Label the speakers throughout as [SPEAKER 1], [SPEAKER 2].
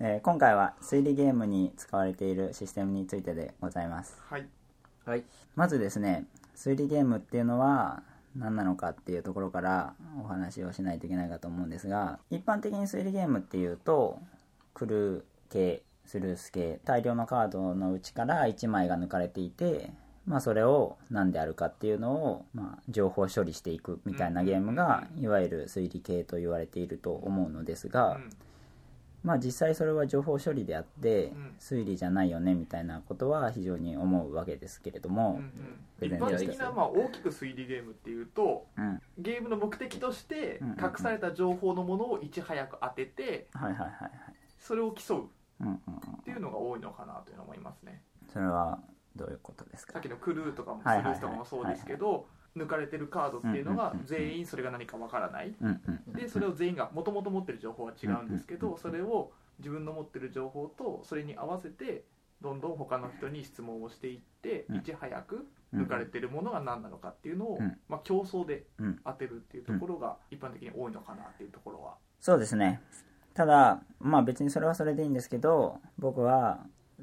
[SPEAKER 1] えー今回は推理ゲームに使われているシステムについてでございます
[SPEAKER 2] はい
[SPEAKER 3] はい
[SPEAKER 1] まずですね推理ゲームっていうのは何なのかっていうところからお話をしないといけないかと思うんですが一般的に推理ゲームっていうとクルー系スルース系大量のカードのうちから1枚が抜かれていて、まあ、それを何であるかっていうのを、まあ、情報処理していくみたいなゲームがいわゆる推理系と言われていると思うのです
[SPEAKER 2] う
[SPEAKER 1] が、
[SPEAKER 2] ん
[SPEAKER 1] まあ、実際それは情報処理であって
[SPEAKER 2] うん
[SPEAKER 1] 推理じゃないよねみたいなことは非常に思うわけですけれど
[SPEAKER 2] う
[SPEAKER 1] も、
[SPEAKER 2] んうん
[SPEAKER 1] プレ
[SPEAKER 2] 一
[SPEAKER 1] ゼン
[SPEAKER 2] 般
[SPEAKER 1] です
[SPEAKER 2] 的な、まあ、大きく推理ゲームっていうと
[SPEAKER 1] うん、
[SPEAKER 2] ゲームの目的として
[SPEAKER 1] うんうんうん
[SPEAKER 2] 隠された情報のものをいち早く当てて
[SPEAKER 1] はいはいはいはい。
[SPEAKER 2] それを競う
[SPEAKER 1] うんうんうん。
[SPEAKER 2] っていうのが多いのかなというのは思いますね
[SPEAKER 1] それはどういうことです
[SPEAKER 2] さ
[SPEAKER 1] か
[SPEAKER 2] っき。のクルーとかもスル
[SPEAKER 1] はいはいはい
[SPEAKER 2] ースとかもそうですけど抜かれてるカードっていうの
[SPEAKER 1] うん
[SPEAKER 2] が
[SPEAKER 1] うんうんうん
[SPEAKER 2] 全員それが何かわからない
[SPEAKER 1] うんうんうん。
[SPEAKER 2] でそれを全員がもともと持ってる情報は違うんですけ
[SPEAKER 1] うんうん
[SPEAKER 2] ど
[SPEAKER 1] うん
[SPEAKER 2] それを自分の持ってる情報とそれに合わせてどんどん他の人に質問をしていって
[SPEAKER 1] うん
[SPEAKER 2] いち早く抜かれてるものが何なのかっていうのを
[SPEAKER 1] うん
[SPEAKER 2] まあ競争で
[SPEAKER 1] うん
[SPEAKER 2] 当てるっていうところが一般的に多いのかなっていうところは
[SPEAKER 1] そうですね。ただ、まあ別にそれはそれでいいんですけど、僕は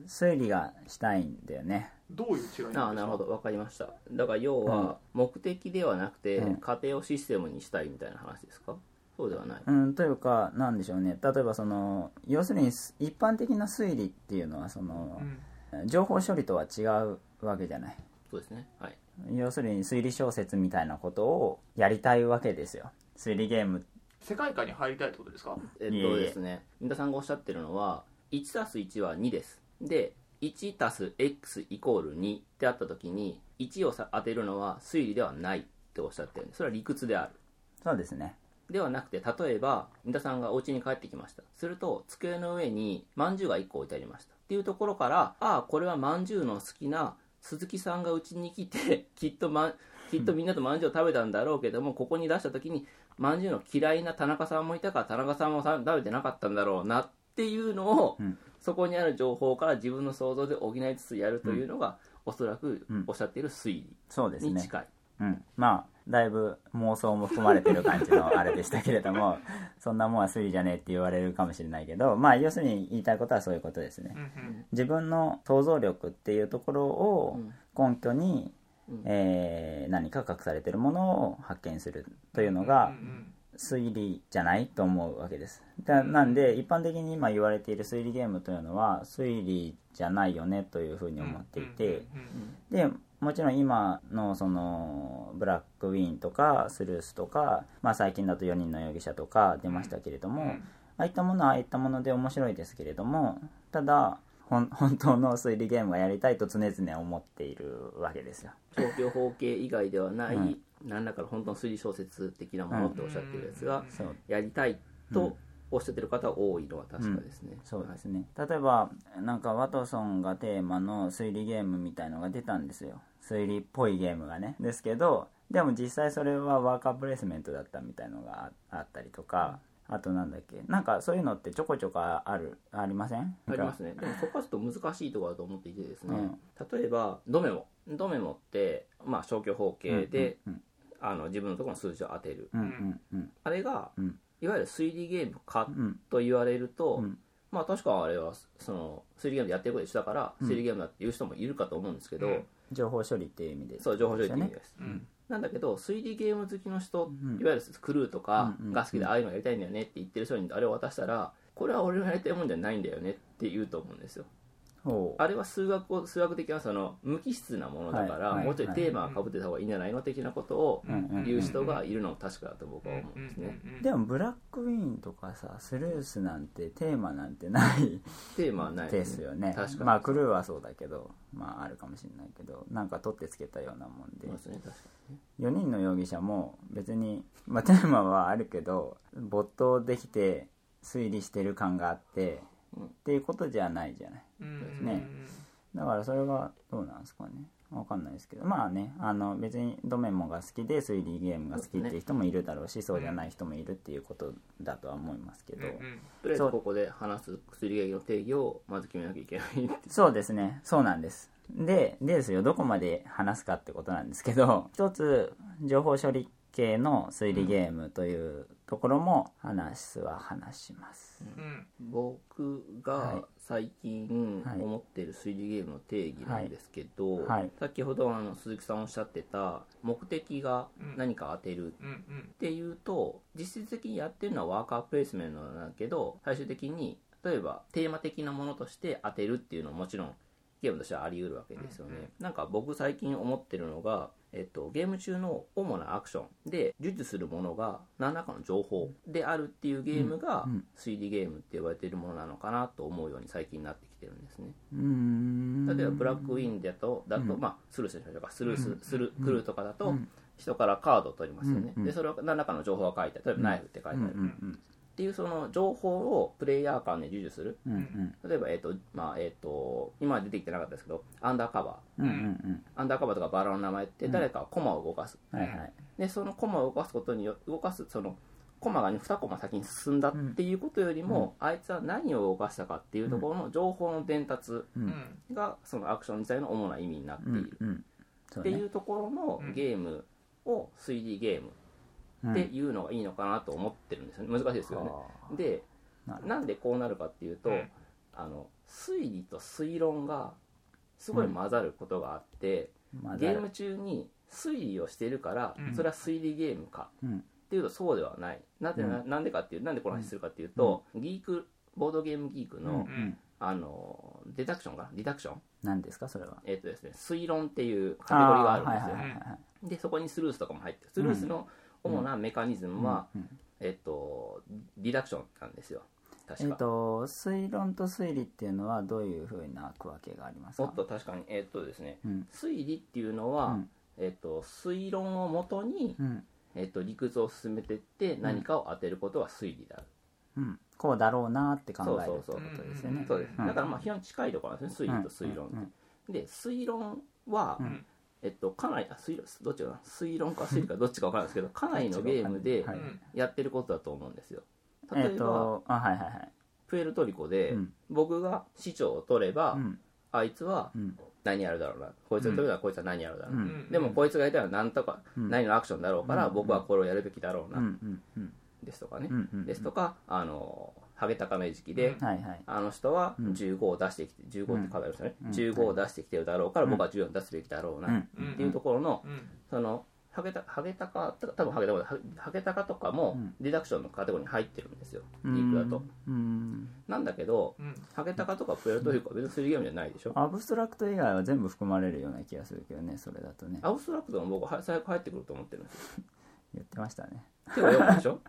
[SPEAKER 1] 推理がしたいんだよね。
[SPEAKER 2] どういう違いなんですか
[SPEAKER 3] ああなるほど分かりましただから要は目的ではなくて
[SPEAKER 1] うん
[SPEAKER 3] 家庭をシステムにしたいみたいな話ですかそうではない
[SPEAKER 1] うん、というか、なんでしょうね。例えばその、要するにす一般的な推理っていうのは、その
[SPEAKER 2] う、ん
[SPEAKER 1] 情報処理とは違うわけじゃない。
[SPEAKER 3] そうですねはい
[SPEAKER 1] 要するに推理小説みたいなことをやりたいわけですよ。推理ゲーム。
[SPEAKER 2] 世界観に入りたいってことですか
[SPEAKER 3] え
[SPEAKER 1] い
[SPEAKER 3] っ
[SPEAKER 1] えいえ
[SPEAKER 3] とですね三田さんがおっしゃってるのは1たす1は2ですで1たす x イコール2ってあった時に1をさ当てるのは推理ではないっておっしゃってるんでそれは理屈である
[SPEAKER 1] そうですね。
[SPEAKER 3] ではなくて例えば三田さんがお家に帰ってきましたすると机の上にまんじゅうが1個置いてありましたっていうところからああこれはまんじゅうの好きな鈴木さんがうちに来て きっと、ま、きっとみんなとまんじゅうを食べたんだろうけどもここに出した時にまんじゅうの嫌いな田中さんもいたから田中さんもさ食べてなかったんだろうなっていうのを、
[SPEAKER 1] うん
[SPEAKER 3] そこにある情報から自分の想像で補いつつやるというのが、おそらく
[SPEAKER 1] うん
[SPEAKER 3] おっしゃっている推
[SPEAKER 1] そうです
[SPEAKER 3] 理に
[SPEAKER 1] ね。
[SPEAKER 3] 近い、
[SPEAKER 1] うん、まあだいぶ妄想も含まれてる感じのあれでしたけれども そんなもんは推理じゃねえって言われるかもしれないけどまあ要するに言いたいことはそういうことですね
[SPEAKER 2] うんうん
[SPEAKER 1] 自分の想像力っていうところを
[SPEAKER 3] うん
[SPEAKER 1] 根拠に、
[SPEAKER 3] うん
[SPEAKER 1] えー何か隠されてるものを発見するというのが
[SPEAKER 2] うんうん
[SPEAKER 1] 推理じゃないと思うわけですだなんで一般的に今言われている推理ゲームというのは推理じゃないよねというふうに思っていて、
[SPEAKER 2] うんうんうん
[SPEAKER 1] でもちろん今のそのブラックウィーンとかスルースとか、まあ、最近だと4人の容疑者とか出ましたけれども、
[SPEAKER 2] うん
[SPEAKER 1] ああいったものはああいったもので面白いですけれどもただほん 本当の推理ゲームがやりたいと常々思っているわけですよ。
[SPEAKER 3] 状況法系以外ではない、
[SPEAKER 1] うん
[SPEAKER 3] 何らかの本当の推理小説的なものっておっしゃってるやつが、
[SPEAKER 2] うん
[SPEAKER 1] そう
[SPEAKER 3] やりたいとおっしゃってる方多いのは確かですね、
[SPEAKER 1] そうですね例えばなんかワトソンがテーマの推理ゲームみたいのが出たんですよ推理っぽいゲームがねですけどでも実際それはワーカープレイスメントだったみたいのがああったりとか、あとなんだっけなんかそういうのってちょこちょこあるありません
[SPEAKER 3] ありますねでもそこはちょっと難しいところだと思っていてですね、
[SPEAKER 1] うん
[SPEAKER 3] 例えばドメモドメモって、まあ、消去法系で、
[SPEAKER 1] うん
[SPEAKER 3] あの自分のところの数字を当てる、
[SPEAKER 1] うんうんうん
[SPEAKER 3] あれが、
[SPEAKER 1] うん
[SPEAKER 3] いわゆる推理ゲームか
[SPEAKER 1] うん
[SPEAKER 3] と言われると、
[SPEAKER 1] うん
[SPEAKER 3] まあ確かあれはその推理ゲームでやってること一緒だから、
[SPEAKER 1] うん
[SPEAKER 3] 推理ゲームだっていう人もいるかと思うんですけど、
[SPEAKER 2] うん
[SPEAKER 1] 情報処理っていう意味で
[SPEAKER 3] そう情報処理って意味
[SPEAKER 1] で
[SPEAKER 3] です、
[SPEAKER 2] うん
[SPEAKER 3] なんだけど推理ゲーム好きの人、
[SPEAKER 1] ん
[SPEAKER 3] いわゆるクルーとか
[SPEAKER 1] うんうん
[SPEAKER 3] が好きでああいうのやりたいんだよねって言ってる人にあれを渡したらこれは俺のやりたいもんじゃないんだよねって言うと思うんですよ
[SPEAKER 1] すよねほう
[SPEAKER 3] あれは数学を数学的なその無機質なものだから、
[SPEAKER 1] はいはい
[SPEAKER 3] もうちょいテーマが被ってた方がいいんじゃないの的なことを
[SPEAKER 1] うんうん
[SPEAKER 3] 言う人がいるのも確かだと僕は思うんですね、
[SPEAKER 1] でもブラックウィーンとかさスルースなんてテーマなんてない
[SPEAKER 3] テーマはない
[SPEAKER 1] ですよね
[SPEAKER 3] 確かに
[SPEAKER 1] まあクルーはそうだけどまああるかもしれないけどなんか取ってつけたようなもんで
[SPEAKER 3] そうですね確かに
[SPEAKER 1] 4人の容疑者も別に、 まあ、テーマはあるけど没頭できて推理してる感があって、
[SPEAKER 3] うん
[SPEAKER 1] っていうことじゃないじゃないねだからそれはどうなんですかねわかんないですけどまあねあの別にドメモが好きで推理ゲームが好きっていう人もいるだろうしそうじゃない人もいるっていうことだとは思いますけど、
[SPEAKER 3] とりあえず
[SPEAKER 1] そう
[SPEAKER 3] ここで話す薬劇の定義をまず決めなきゃいけないって
[SPEAKER 1] そうですね、そうなんです。で、でですよ、どこまで話すかってことなんですけど、一つ、情報処理系の推理ゲームというところも話すは話します。
[SPEAKER 2] うん
[SPEAKER 3] 僕
[SPEAKER 1] はい
[SPEAKER 3] が最近
[SPEAKER 1] はい
[SPEAKER 3] 思ってる推理ゲームの定義なんですけど、
[SPEAKER 1] はいはい
[SPEAKER 3] 先ほどあの鈴木さんおっしゃってた目的が何か当てる
[SPEAKER 2] うんうん
[SPEAKER 3] っていうと実質的にやってるのはワーカープレイスメントなんだけど最終的に例えばテーマ的なものとして当てるっていうのはもちろんゲームとしてはあり得るわけですよね、
[SPEAKER 2] うんうん
[SPEAKER 3] なんか僕最近思ってるのが、えっと、ゲーム中の主なアクションで授受するものが何らかの情報であるっていうゲームが
[SPEAKER 1] うんうん
[SPEAKER 3] 推理ゲームって呼ばれてるものなのかなと思うように最近なってきてるんですね
[SPEAKER 1] うーん
[SPEAKER 3] 例えばブラックウィンだとだと、
[SPEAKER 1] うん
[SPEAKER 3] まあ、スルーする人とかスルーす
[SPEAKER 2] う
[SPEAKER 3] る
[SPEAKER 2] ん
[SPEAKER 3] するクルーとかだと、
[SPEAKER 1] うん
[SPEAKER 3] 人からカードを取りますよね、
[SPEAKER 1] うんうん
[SPEAKER 3] でそれは何らかの情報が書いてある例えばナイフって書いてあ
[SPEAKER 1] う
[SPEAKER 3] る、
[SPEAKER 1] んう
[SPEAKER 3] っ
[SPEAKER 1] ん
[SPEAKER 3] ていうその情報をプレイヤー間で授受する
[SPEAKER 1] うんうん
[SPEAKER 3] 例えば、えっとまあえっと今は出てきてなかったですけどアンダーカバ
[SPEAKER 1] うんうんうん
[SPEAKER 3] ーアンダーカバーとかバラの名前って誰かがコマを動かす、
[SPEAKER 1] うんはいはい
[SPEAKER 3] でそのコマを動かすことによ動かすそのコマが2コマ先に進んだっていうことよりも、あいつは何を動かしたかっていうところの情報の伝達
[SPEAKER 1] う
[SPEAKER 2] うんん
[SPEAKER 3] がそのアクション自体の主な意味になってい
[SPEAKER 1] うんう
[SPEAKER 3] る、
[SPEAKER 1] んうんそう
[SPEAKER 3] って
[SPEAKER 1] ね
[SPEAKER 3] いうところの
[SPEAKER 2] うん
[SPEAKER 3] ゲームを推理ゲーム
[SPEAKER 1] うん
[SPEAKER 3] っていうのがいいのかなと思ってるんですよね難しいですよね
[SPEAKER 1] はあ
[SPEAKER 3] で
[SPEAKER 1] なるほど
[SPEAKER 3] なんでこうなるかっていうと、
[SPEAKER 2] うん
[SPEAKER 3] あの推理と推論がすごい混ざることがあって、
[SPEAKER 1] まあ
[SPEAKER 3] ゲーム中に推理をしているから、
[SPEAKER 2] うん
[SPEAKER 3] それは推理ゲームか
[SPEAKER 1] うん
[SPEAKER 3] っていうとそうではないなぜな,、、
[SPEAKER 1] うん
[SPEAKER 3] でかっていうなんでこの話するかっていうと、ギークボードゲームギークの、
[SPEAKER 1] うんうん
[SPEAKER 3] あのデダクションかなディダクション
[SPEAKER 1] 何ですかそれは
[SPEAKER 3] えっ、とですね推論っていうカテゴリーがあるんですよ、
[SPEAKER 1] ーはいはいはいはい
[SPEAKER 3] でそこにスルースとかも入ってるスルースの主なメカニズムは、
[SPEAKER 1] うんうん
[SPEAKER 3] えっとディダクションなんですよ
[SPEAKER 1] え
[SPEAKER 3] 確
[SPEAKER 1] っ
[SPEAKER 3] か、
[SPEAKER 1] と推論と推理っていうのはどういうふうな区分けがありますか
[SPEAKER 3] おっと確かにえっとですね
[SPEAKER 1] うん
[SPEAKER 3] 推理っていうのは、
[SPEAKER 1] うん
[SPEAKER 3] えっと推論をもとに、
[SPEAKER 1] うん
[SPEAKER 3] えっと理屈を進めてって何かを当てることは推理である、
[SPEAKER 1] うんこうだろうなって考えるって
[SPEAKER 3] そうそうそう
[SPEAKER 1] ことですよね
[SPEAKER 3] そうです、
[SPEAKER 1] うん
[SPEAKER 3] だからまあ非常に近いところなんですね推理と推論って、
[SPEAKER 1] うん
[SPEAKER 3] で推論は、
[SPEAKER 2] うん
[SPEAKER 3] えっと、かなりあ推論どっちかな推論か推理かどっちか分からないです けどかなりのゲームで
[SPEAKER 1] はい
[SPEAKER 2] うん
[SPEAKER 3] やってることだと思うんですよ
[SPEAKER 1] うん
[SPEAKER 3] 例えば、
[SPEAKER 1] えっとあはいはいはい
[SPEAKER 3] プエルトリコで、
[SPEAKER 1] うん
[SPEAKER 3] 僕が市長を取れば、
[SPEAKER 1] うん
[SPEAKER 3] あいつは
[SPEAKER 1] うん
[SPEAKER 3] 何やるだろうなこいつを取れたらこいつは何やるだろうな、
[SPEAKER 1] う
[SPEAKER 2] うん
[SPEAKER 3] でもこいつがいたら何とか、
[SPEAKER 1] うん
[SPEAKER 3] 何のアクションだろうから、
[SPEAKER 1] うん
[SPEAKER 3] 僕はこれをやるべきだろう
[SPEAKER 1] う
[SPEAKER 3] な、
[SPEAKER 1] んうんうん
[SPEAKER 3] ですとかね
[SPEAKER 1] う、んうん
[SPEAKER 3] ですとかあのハゲタカの餌食で、
[SPEAKER 2] うん
[SPEAKER 1] はいはい
[SPEAKER 3] あの人は
[SPEAKER 1] うん
[SPEAKER 3] 15を出してきて15って書いてありましたね、
[SPEAKER 1] うん
[SPEAKER 3] 15を出してきてるだろうから、
[SPEAKER 1] うん
[SPEAKER 3] 僕は14出すべきだろうな、
[SPEAKER 1] うん
[SPEAKER 2] うん
[SPEAKER 3] っていうところの、
[SPEAKER 2] うん
[SPEAKER 3] そのハゲタハゲタカ多分ハゲタカだハゲハゲタカとかも
[SPEAKER 1] うん
[SPEAKER 3] ディダクションのカテゴリーに入ってるんですよ、
[SPEAKER 1] うん
[SPEAKER 3] リークだと
[SPEAKER 1] うん
[SPEAKER 3] なんだけど
[SPEAKER 2] うん
[SPEAKER 3] ハゲタカとかプエルトリコは別に推理ゲームじゃないでしょ
[SPEAKER 1] アブストラクト以外は全部含まれるような気がするけどねそれだとね
[SPEAKER 3] アブストラクトも僕は最悪入ってくると思ってるんですよ
[SPEAKER 1] 言ってましたね
[SPEAKER 3] 手を読むで しょ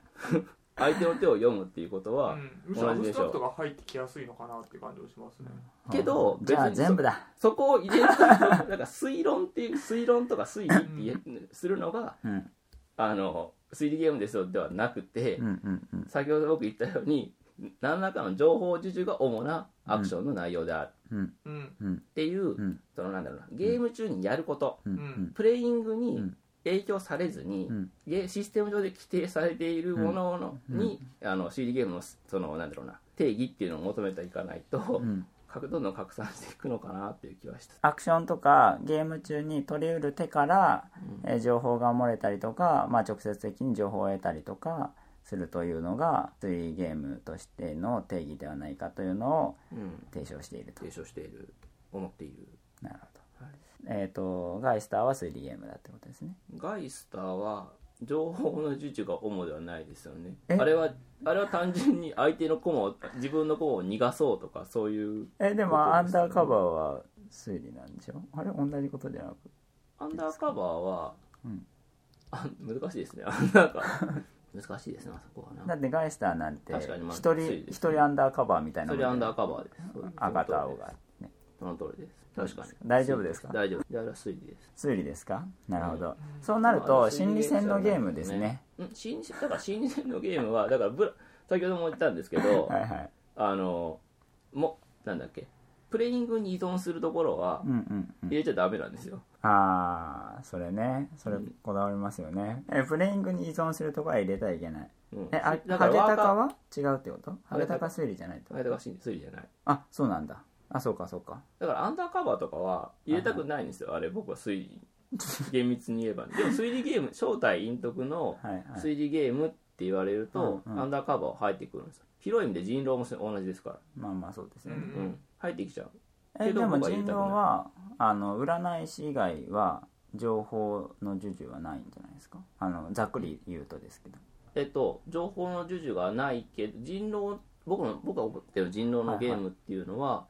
[SPEAKER 3] 相手の手を読むっていうことは、
[SPEAKER 2] うんむしろアブストラクトが入ってきやすいのかなっていう感じがしますね
[SPEAKER 3] けど
[SPEAKER 1] うんじゃあ
[SPEAKER 3] 別に
[SPEAKER 1] 全部だ
[SPEAKER 3] そこを入れ るとなんか推論っていう推論とか推理って言えするのが
[SPEAKER 1] うん
[SPEAKER 3] あの推理ゲームですよではなくて、
[SPEAKER 1] うんうんうん
[SPEAKER 3] 先ほど僕言ったように何らかの情報受注が主なアクションの内容である
[SPEAKER 1] うん
[SPEAKER 2] うん
[SPEAKER 1] うん
[SPEAKER 3] っていう、
[SPEAKER 1] うん
[SPEAKER 3] そのなんだろうなゲーム中にやること、
[SPEAKER 1] うんうん
[SPEAKER 3] プレイング
[SPEAKER 1] う
[SPEAKER 3] に
[SPEAKER 1] ん
[SPEAKER 3] 影響されずに、
[SPEAKER 1] うん
[SPEAKER 3] ゲーシステム上で規定されているものの、
[SPEAKER 1] うん
[SPEAKER 3] にあの CD ゲームのそのなんだろうな定義っていうのを求めていかないと、
[SPEAKER 1] うん
[SPEAKER 3] かどんどん拡散していくのかなっていう気はした。
[SPEAKER 1] アクションとかゲーム中に取り得る手から、
[SPEAKER 3] うん
[SPEAKER 1] えー情報が漏れたりとか、まあ、直接的に情報を得たりとかするというのが推理ゲームとしての定義ではないかというのを
[SPEAKER 3] うん
[SPEAKER 1] 提唱していると
[SPEAKER 3] 提唱している思っている
[SPEAKER 1] なるほど、
[SPEAKER 3] はい
[SPEAKER 1] えっ、とガイスターは推理ゲームだってことですね
[SPEAKER 3] ガイスターは情報の受注が主ではないですよね
[SPEAKER 1] え
[SPEAKER 3] あれはあれは単純に相手の駒を 自分の駒を逃がそうとかそういう
[SPEAKER 1] えで
[SPEAKER 3] ことです
[SPEAKER 1] も
[SPEAKER 3] ね
[SPEAKER 1] アンダーカバーは推理なんでしょあれ同じことじゃなく
[SPEAKER 3] アンダーカバーは、
[SPEAKER 1] うん
[SPEAKER 3] あ難しいですねアンダーカバー 難しいですねあそこは
[SPEAKER 1] だ
[SPEAKER 3] な
[SPEAKER 1] ってガイスターなんて
[SPEAKER 3] 確かにまあ
[SPEAKER 1] 一
[SPEAKER 3] 推理
[SPEAKER 1] 人
[SPEAKER 3] ですね
[SPEAKER 1] 一人アンダーカバーみたいなも
[SPEAKER 3] そ
[SPEAKER 1] ん
[SPEAKER 3] れ
[SPEAKER 1] で
[SPEAKER 3] アンダーカバーですそうです
[SPEAKER 1] 赤と青がね
[SPEAKER 3] その通りですその通りです確かに
[SPEAKER 1] 大丈夫ですか
[SPEAKER 3] 大丈夫であれは推理です
[SPEAKER 1] 推理ですかなるほど、
[SPEAKER 3] う
[SPEAKER 1] そうなる
[SPEAKER 3] ま
[SPEAKER 1] と
[SPEAKER 3] あ
[SPEAKER 1] 心理戦のゲームですね、
[SPEAKER 3] うん心理戦だから心理戦のゲームはだからブラ先ほども言ったんですけど、
[SPEAKER 1] はいはい
[SPEAKER 3] あのもなんだっけプレイングに依存するところは
[SPEAKER 1] うんうんうん
[SPEAKER 3] 入れちゃダメなんですよ、
[SPEAKER 1] ああそれねそれこだわりますよね、えプレイングに依存するとこは入れたらいけない
[SPEAKER 3] うん、
[SPEAKER 1] えあハゲタ
[SPEAKER 3] だか
[SPEAKER 1] カ
[SPEAKER 3] らワーカー
[SPEAKER 1] は違うってことハゲタカ推理じゃないって
[SPEAKER 3] ハ
[SPEAKER 1] こと
[SPEAKER 3] ゲタカは推理じゃない
[SPEAKER 1] あそうなんだあそうかそうか
[SPEAKER 3] だからアンダーカバーとかは入れたくないんですよあれ僕は推理厳密に言えばね、でも推理ゲーム正体隠匿の
[SPEAKER 1] はいはい
[SPEAKER 3] 推理ゲームっって言われると、
[SPEAKER 1] うんうん
[SPEAKER 3] アンダーカバーは入ってくるんですよ広い意味で人狼も同じですから、
[SPEAKER 1] まあまあそうですね、
[SPEAKER 2] うん
[SPEAKER 3] うん、入ってきちゃう
[SPEAKER 1] え
[SPEAKER 3] け
[SPEAKER 1] で
[SPEAKER 3] ど
[SPEAKER 1] も
[SPEAKER 3] 僕は
[SPEAKER 1] 人
[SPEAKER 3] 言いた
[SPEAKER 1] 狼
[SPEAKER 3] くない
[SPEAKER 1] はあの占い師以外は情報の授受はないんじゃないですかあのざっくり言うとですけど
[SPEAKER 3] えっと、情報の授受がないけど人狼僕の僕が思ってる人狼のゲームっていうのは、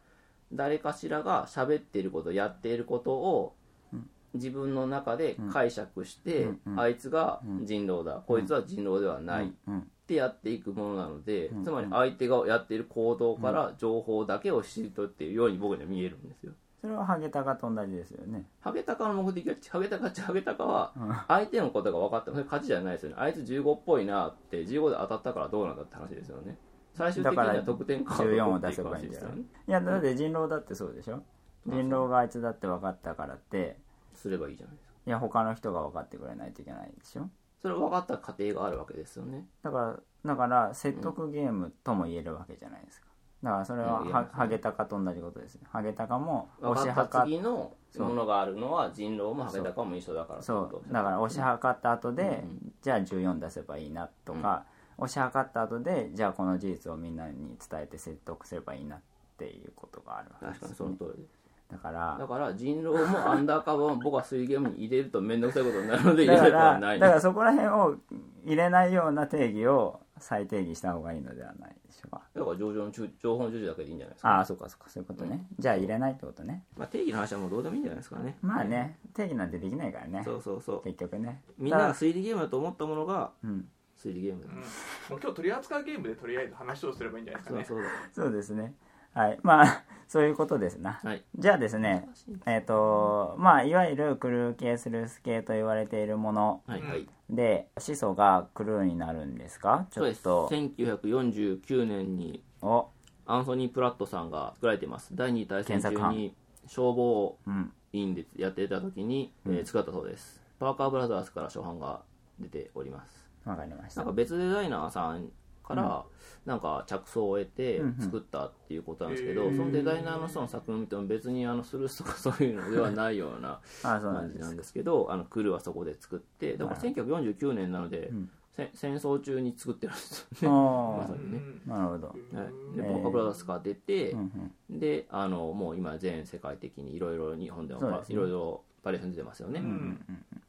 [SPEAKER 3] 誰かしらが喋っていることやっていることを
[SPEAKER 1] うん
[SPEAKER 3] 自分の中で解釈して、
[SPEAKER 1] うんうん
[SPEAKER 3] あいつが
[SPEAKER 1] うん
[SPEAKER 3] 人狼だ、こいつは人狼ではないっ
[SPEAKER 1] うん
[SPEAKER 3] てやっていくものなので、
[SPEAKER 1] うん
[SPEAKER 3] つまり相手がやっている行動から情報だけを知り取っているように僕には見えるんですよ。
[SPEAKER 1] それはハゲタカと同じですよね
[SPEAKER 3] ハゲタカの目的はハゲタカハゲタカは
[SPEAKER 1] うん
[SPEAKER 3] 相手のことが分かってもそれ勝ちじゃないですよねあいつ15っぽいなって15で当たったからどうなんだって話ですよね最終的に
[SPEAKER 1] だか
[SPEAKER 3] は
[SPEAKER 1] ら
[SPEAKER 3] 得点カードを取って
[SPEAKER 1] 14を出せ
[SPEAKER 3] いく
[SPEAKER 1] ばいいん
[SPEAKER 3] 話で
[SPEAKER 1] だ
[SPEAKER 3] す
[SPEAKER 1] よ
[SPEAKER 3] よね
[SPEAKER 1] いやだって人狼だってそうでしょ
[SPEAKER 3] まあ
[SPEAKER 1] 人狼があいつだって分かったからって
[SPEAKER 3] すればいいじゃないですか
[SPEAKER 1] いや他の人が分かってくれないといけないでしょ
[SPEAKER 3] それを分かった過程があるわけですよね
[SPEAKER 1] だからだから説得ゲームとも言えるわけじゃないですかだからそれは
[SPEAKER 3] う
[SPEAKER 1] は
[SPEAKER 3] ん言えますね
[SPEAKER 1] ハゲタカと同じことですよハゲタカも
[SPEAKER 3] 分
[SPEAKER 1] 推し
[SPEAKER 3] かった
[SPEAKER 1] 量っ
[SPEAKER 3] 次のものがあるのは人狼もハゲタカも一緒だからってこ
[SPEAKER 1] そ
[SPEAKER 3] と
[SPEAKER 1] うだから押し量った後で、
[SPEAKER 3] うん
[SPEAKER 1] じゃあ14出せばいいなとか、押し量った後でじゃあこの事実をみんなに伝えて説得すればいいなっていうことがあるわけ
[SPEAKER 3] 確か
[SPEAKER 1] で
[SPEAKER 3] に
[SPEAKER 1] す
[SPEAKER 3] そ
[SPEAKER 1] よ
[SPEAKER 3] の
[SPEAKER 1] ね
[SPEAKER 3] 通りです
[SPEAKER 1] だから
[SPEAKER 3] だから人狼もアンダーカバーも僕は水ゲームに入れると面倒くさいことになるので入
[SPEAKER 1] だか
[SPEAKER 3] れたくは
[SPEAKER 1] ら
[SPEAKER 3] ない
[SPEAKER 1] だからそこら辺を入れないような定義を再定義した方がいいのではないでしょうか
[SPEAKER 3] だから情報の中情報の授受だけでいいんじゃないですか
[SPEAKER 1] ああそうかそうかそういうことね、じゃあ入れないってことね
[SPEAKER 3] まあ、定義の話はもうどうでもいいんじゃないですかね
[SPEAKER 1] まあね定義なんてできないからね
[SPEAKER 3] そうそうそう
[SPEAKER 1] 結局ね
[SPEAKER 3] みんなが
[SPEAKER 1] だ
[SPEAKER 3] 推理ゲームだと思ったものが
[SPEAKER 1] うん
[SPEAKER 3] 推理ゲームだ、
[SPEAKER 2] うんもう今日取り扱うゲームでとりあえず話をすればいいんじゃないです
[SPEAKER 3] そ
[SPEAKER 2] か
[SPEAKER 3] う
[SPEAKER 2] ね
[SPEAKER 3] そうだ
[SPEAKER 1] そうですねはいまあ そういうことですな、
[SPEAKER 3] はい
[SPEAKER 1] じゃあですねえっ、とまあいわゆるクルー系スルース系と言われているもの
[SPEAKER 3] はいはい
[SPEAKER 1] で始祖がクルーになるんですかち
[SPEAKER 3] そう
[SPEAKER 1] ょ
[SPEAKER 3] で
[SPEAKER 1] っ
[SPEAKER 3] す
[SPEAKER 1] と
[SPEAKER 3] 1949年に
[SPEAKER 1] お
[SPEAKER 3] アンソニー・プラットさんが作られています第二次大戦
[SPEAKER 1] 検
[SPEAKER 3] 中
[SPEAKER 1] 索
[SPEAKER 3] に消防
[SPEAKER 1] うん
[SPEAKER 3] 員でやっていた時に、えー
[SPEAKER 1] うん
[SPEAKER 3] 作ったそうですパーカーブラザーズから初版が出ております
[SPEAKER 1] わかりました
[SPEAKER 3] なんか別デザイナーさんからなんか着想を得て
[SPEAKER 1] うんうん
[SPEAKER 3] 作ったっていうことなんですけど、
[SPEAKER 2] へー
[SPEAKER 3] そのデザイナーの人の作品を見ても別にあのスルースとかそういうのではないような
[SPEAKER 1] ああそうな
[SPEAKER 3] 感
[SPEAKER 1] ん
[SPEAKER 3] じ
[SPEAKER 1] で
[SPEAKER 3] なん
[SPEAKER 1] す
[SPEAKER 3] ですけどあのクルーはそこで作ってだから
[SPEAKER 1] はい
[SPEAKER 3] 1949年なので、
[SPEAKER 1] うん
[SPEAKER 3] せ戦争中に作ってるんです
[SPEAKER 1] お
[SPEAKER 3] よね、
[SPEAKER 1] お
[SPEAKER 3] まさ
[SPEAKER 1] ー
[SPEAKER 3] にね
[SPEAKER 1] なるほど
[SPEAKER 3] はい、で
[SPEAKER 1] へ
[SPEAKER 3] 「
[SPEAKER 1] ー
[SPEAKER 3] ポーカブラザース」から出て、
[SPEAKER 1] うんうん
[SPEAKER 3] であのもう今全世界的にいろいろ日本でも
[SPEAKER 1] そうですね
[SPEAKER 3] いろいろバリエーション出てますよね、
[SPEAKER 2] う
[SPEAKER 1] うんうんうんうん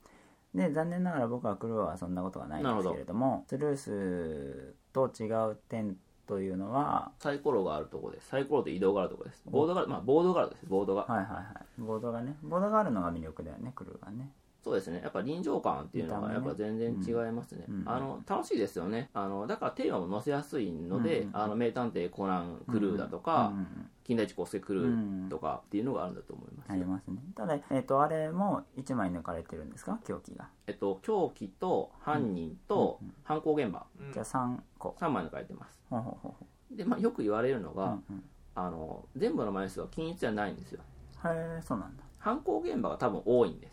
[SPEAKER 1] で残念ながら僕はクルーはそんなことがないんですけれどもスルースと違う点というのは
[SPEAKER 3] サイコロがあるとこですサイコロと移動があるとこですボードがあるまあボードがあるですボードが、
[SPEAKER 1] はいはいはいボードがねボードがあるのが魅力だよねクルーはね
[SPEAKER 3] そうですねやっぱ臨場感っていうの
[SPEAKER 1] 見た
[SPEAKER 3] が
[SPEAKER 1] 目
[SPEAKER 3] や
[SPEAKER 1] ね
[SPEAKER 3] っぱ全然違いますね、
[SPEAKER 1] うんうん
[SPEAKER 3] あの楽しいですよねあのだからテーマも載せやすいので、
[SPEAKER 1] うんうん
[SPEAKER 3] あの名探偵コナンクルーだとか、
[SPEAKER 1] うんうん
[SPEAKER 3] 金田一光介クル
[SPEAKER 1] う
[SPEAKER 3] ー
[SPEAKER 1] ん
[SPEAKER 3] とかっていうのがあるんだと思います
[SPEAKER 1] ありますねただ、えっとあれも1枚抜かれてるんですか凶器が
[SPEAKER 3] えっと、凶器と犯人と犯行現場、
[SPEAKER 2] うん
[SPEAKER 1] じゃあ3個
[SPEAKER 3] 3枚抜かれてます
[SPEAKER 1] ほうほうほうほ
[SPEAKER 3] で、まあ、よく言われるの
[SPEAKER 1] うう
[SPEAKER 3] が、
[SPEAKER 1] んうん
[SPEAKER 3] あの全部の枚数は均一じゃないんですよ
[SPEAKER 1] へえそうなんだ
[SPEAKER 3] 犯行現場が多分多いんです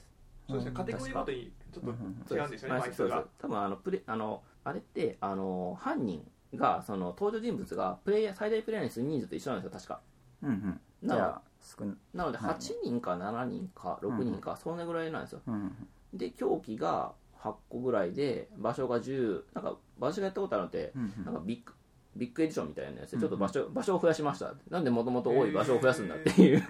[SPEAKER 2] そうですねカテゴリーごとにちょっと違うんですよね
[SPEAKER 3] 枚
[SPEAKER 2] 枚
[SPEAKER 3] 数そ
[SPEAKER 2] 数
[SPEAKER 3] うで
[SPEAKER 2] が
[SPEAKER 3] す多分あのプレあのあれってあの犯人がその登場人物がプレイヤー最大プレイヤーにする人数と一緒なんですよ確か
[SPEAKER 1] うんうんじ
[SPEAKER 3] な
[SPEAKER 1] ゃ
[SPEAKER 3] の
[SPEAKER 1] あ少な
[SPEAKER 3] なので
[SPEAKER 1] はい
[SPEAKER 3] 8人か7人か6人か、そんなぐらいなんですよ
[SPEAKER 1] うんうん
[SPEAKER 3] で凶器が8個ぐらいで場所が10なんか場所がやったことあるのって
[SPEAKER 1] うんう
[SPEAKER 3] なん
[SPEAKER 1] ん
[SPEAKER 3] かビッグビッグエディションみたいなやつで
[SPEAKER 1] うん
[SPEAKER 3] ち
[SPEAKER 1] う
[SPEAKER 3] ょ
[SPEAKER 1] ん
[SPEAKER 3] っと場所,、場所を増やしましたなんでもともと多い場所を増やすんだっていうや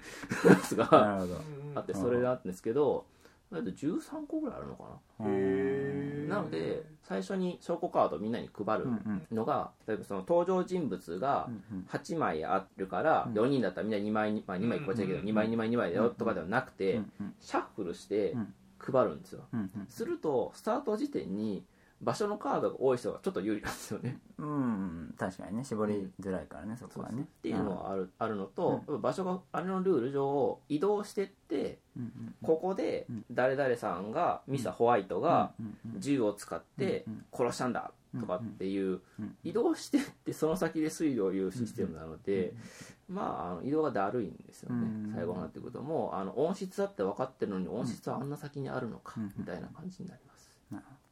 [SPEAKER 3] つが
[SPEAKER 1] なるほど
[SPEAKER 2] うんうん
[SPEAKER 3] あってそれがあったんですけどだって13個ぐらいあるのか
[SPEAKER 1] う
[SPEAKER 2] へ
[SPEAKER 1] ん
[SPEAKER 2] ー
[SPEAKER 3] ななので最初に証拠カードをみんなに配る
[SPEAKER 1] うんうん
[SPEAKER 3] のが例えばその登場人物が
[SPEAKER 1] うんうん
[SPEAKER 3] 8枚あるから
[SPEAKER 1] うん
[SPEAKER 3] 4人だったらみんな2枚にまあ2枚こっちだけど
[SPEAKER 2] うん
[SPEAKER 3] 2枚2枚2枚だよとかではなく
[SPEAKER 1] う
[SPEAKER 3] て
[SPEAKER 1] んうん
[SPEAKER 3] シャッフルして
[SPEAKER 1] うん
[SPEAKER 3] 配るんですよ
[SPEAKER 1] うん
[SPEAKER 3] するとスタート時点に場所のカードが多い人がちょっと有利なんですよね
[SPEAKER 1] うんうん確かにね絞りづらいからねそこはねっ
[SPEAKER 3] っていうのはある,、あるのと、場所があれのルール上移動してってここで
[SPEAKER 1] うん
[SPEAKER 3] 誰々さんがミスターホワイトが銃を使って
[SPEAKER 1] うん
[SPEAKER 3] 殺したんだとかっていう
[SPEAKER 1] うん
[SPEAKER 3] 移動してってその先で推理を言うシステムなので、まああの移動がだるいんですよね、
[SPEAKER 1] うん
[SPEAKER 3] 最後になってくるともうあの音質だって分かってるのに音質はあんな先にあるのか
[SPEAKER 1] うん
[SPEAKER 3] みたいな感じになり ます。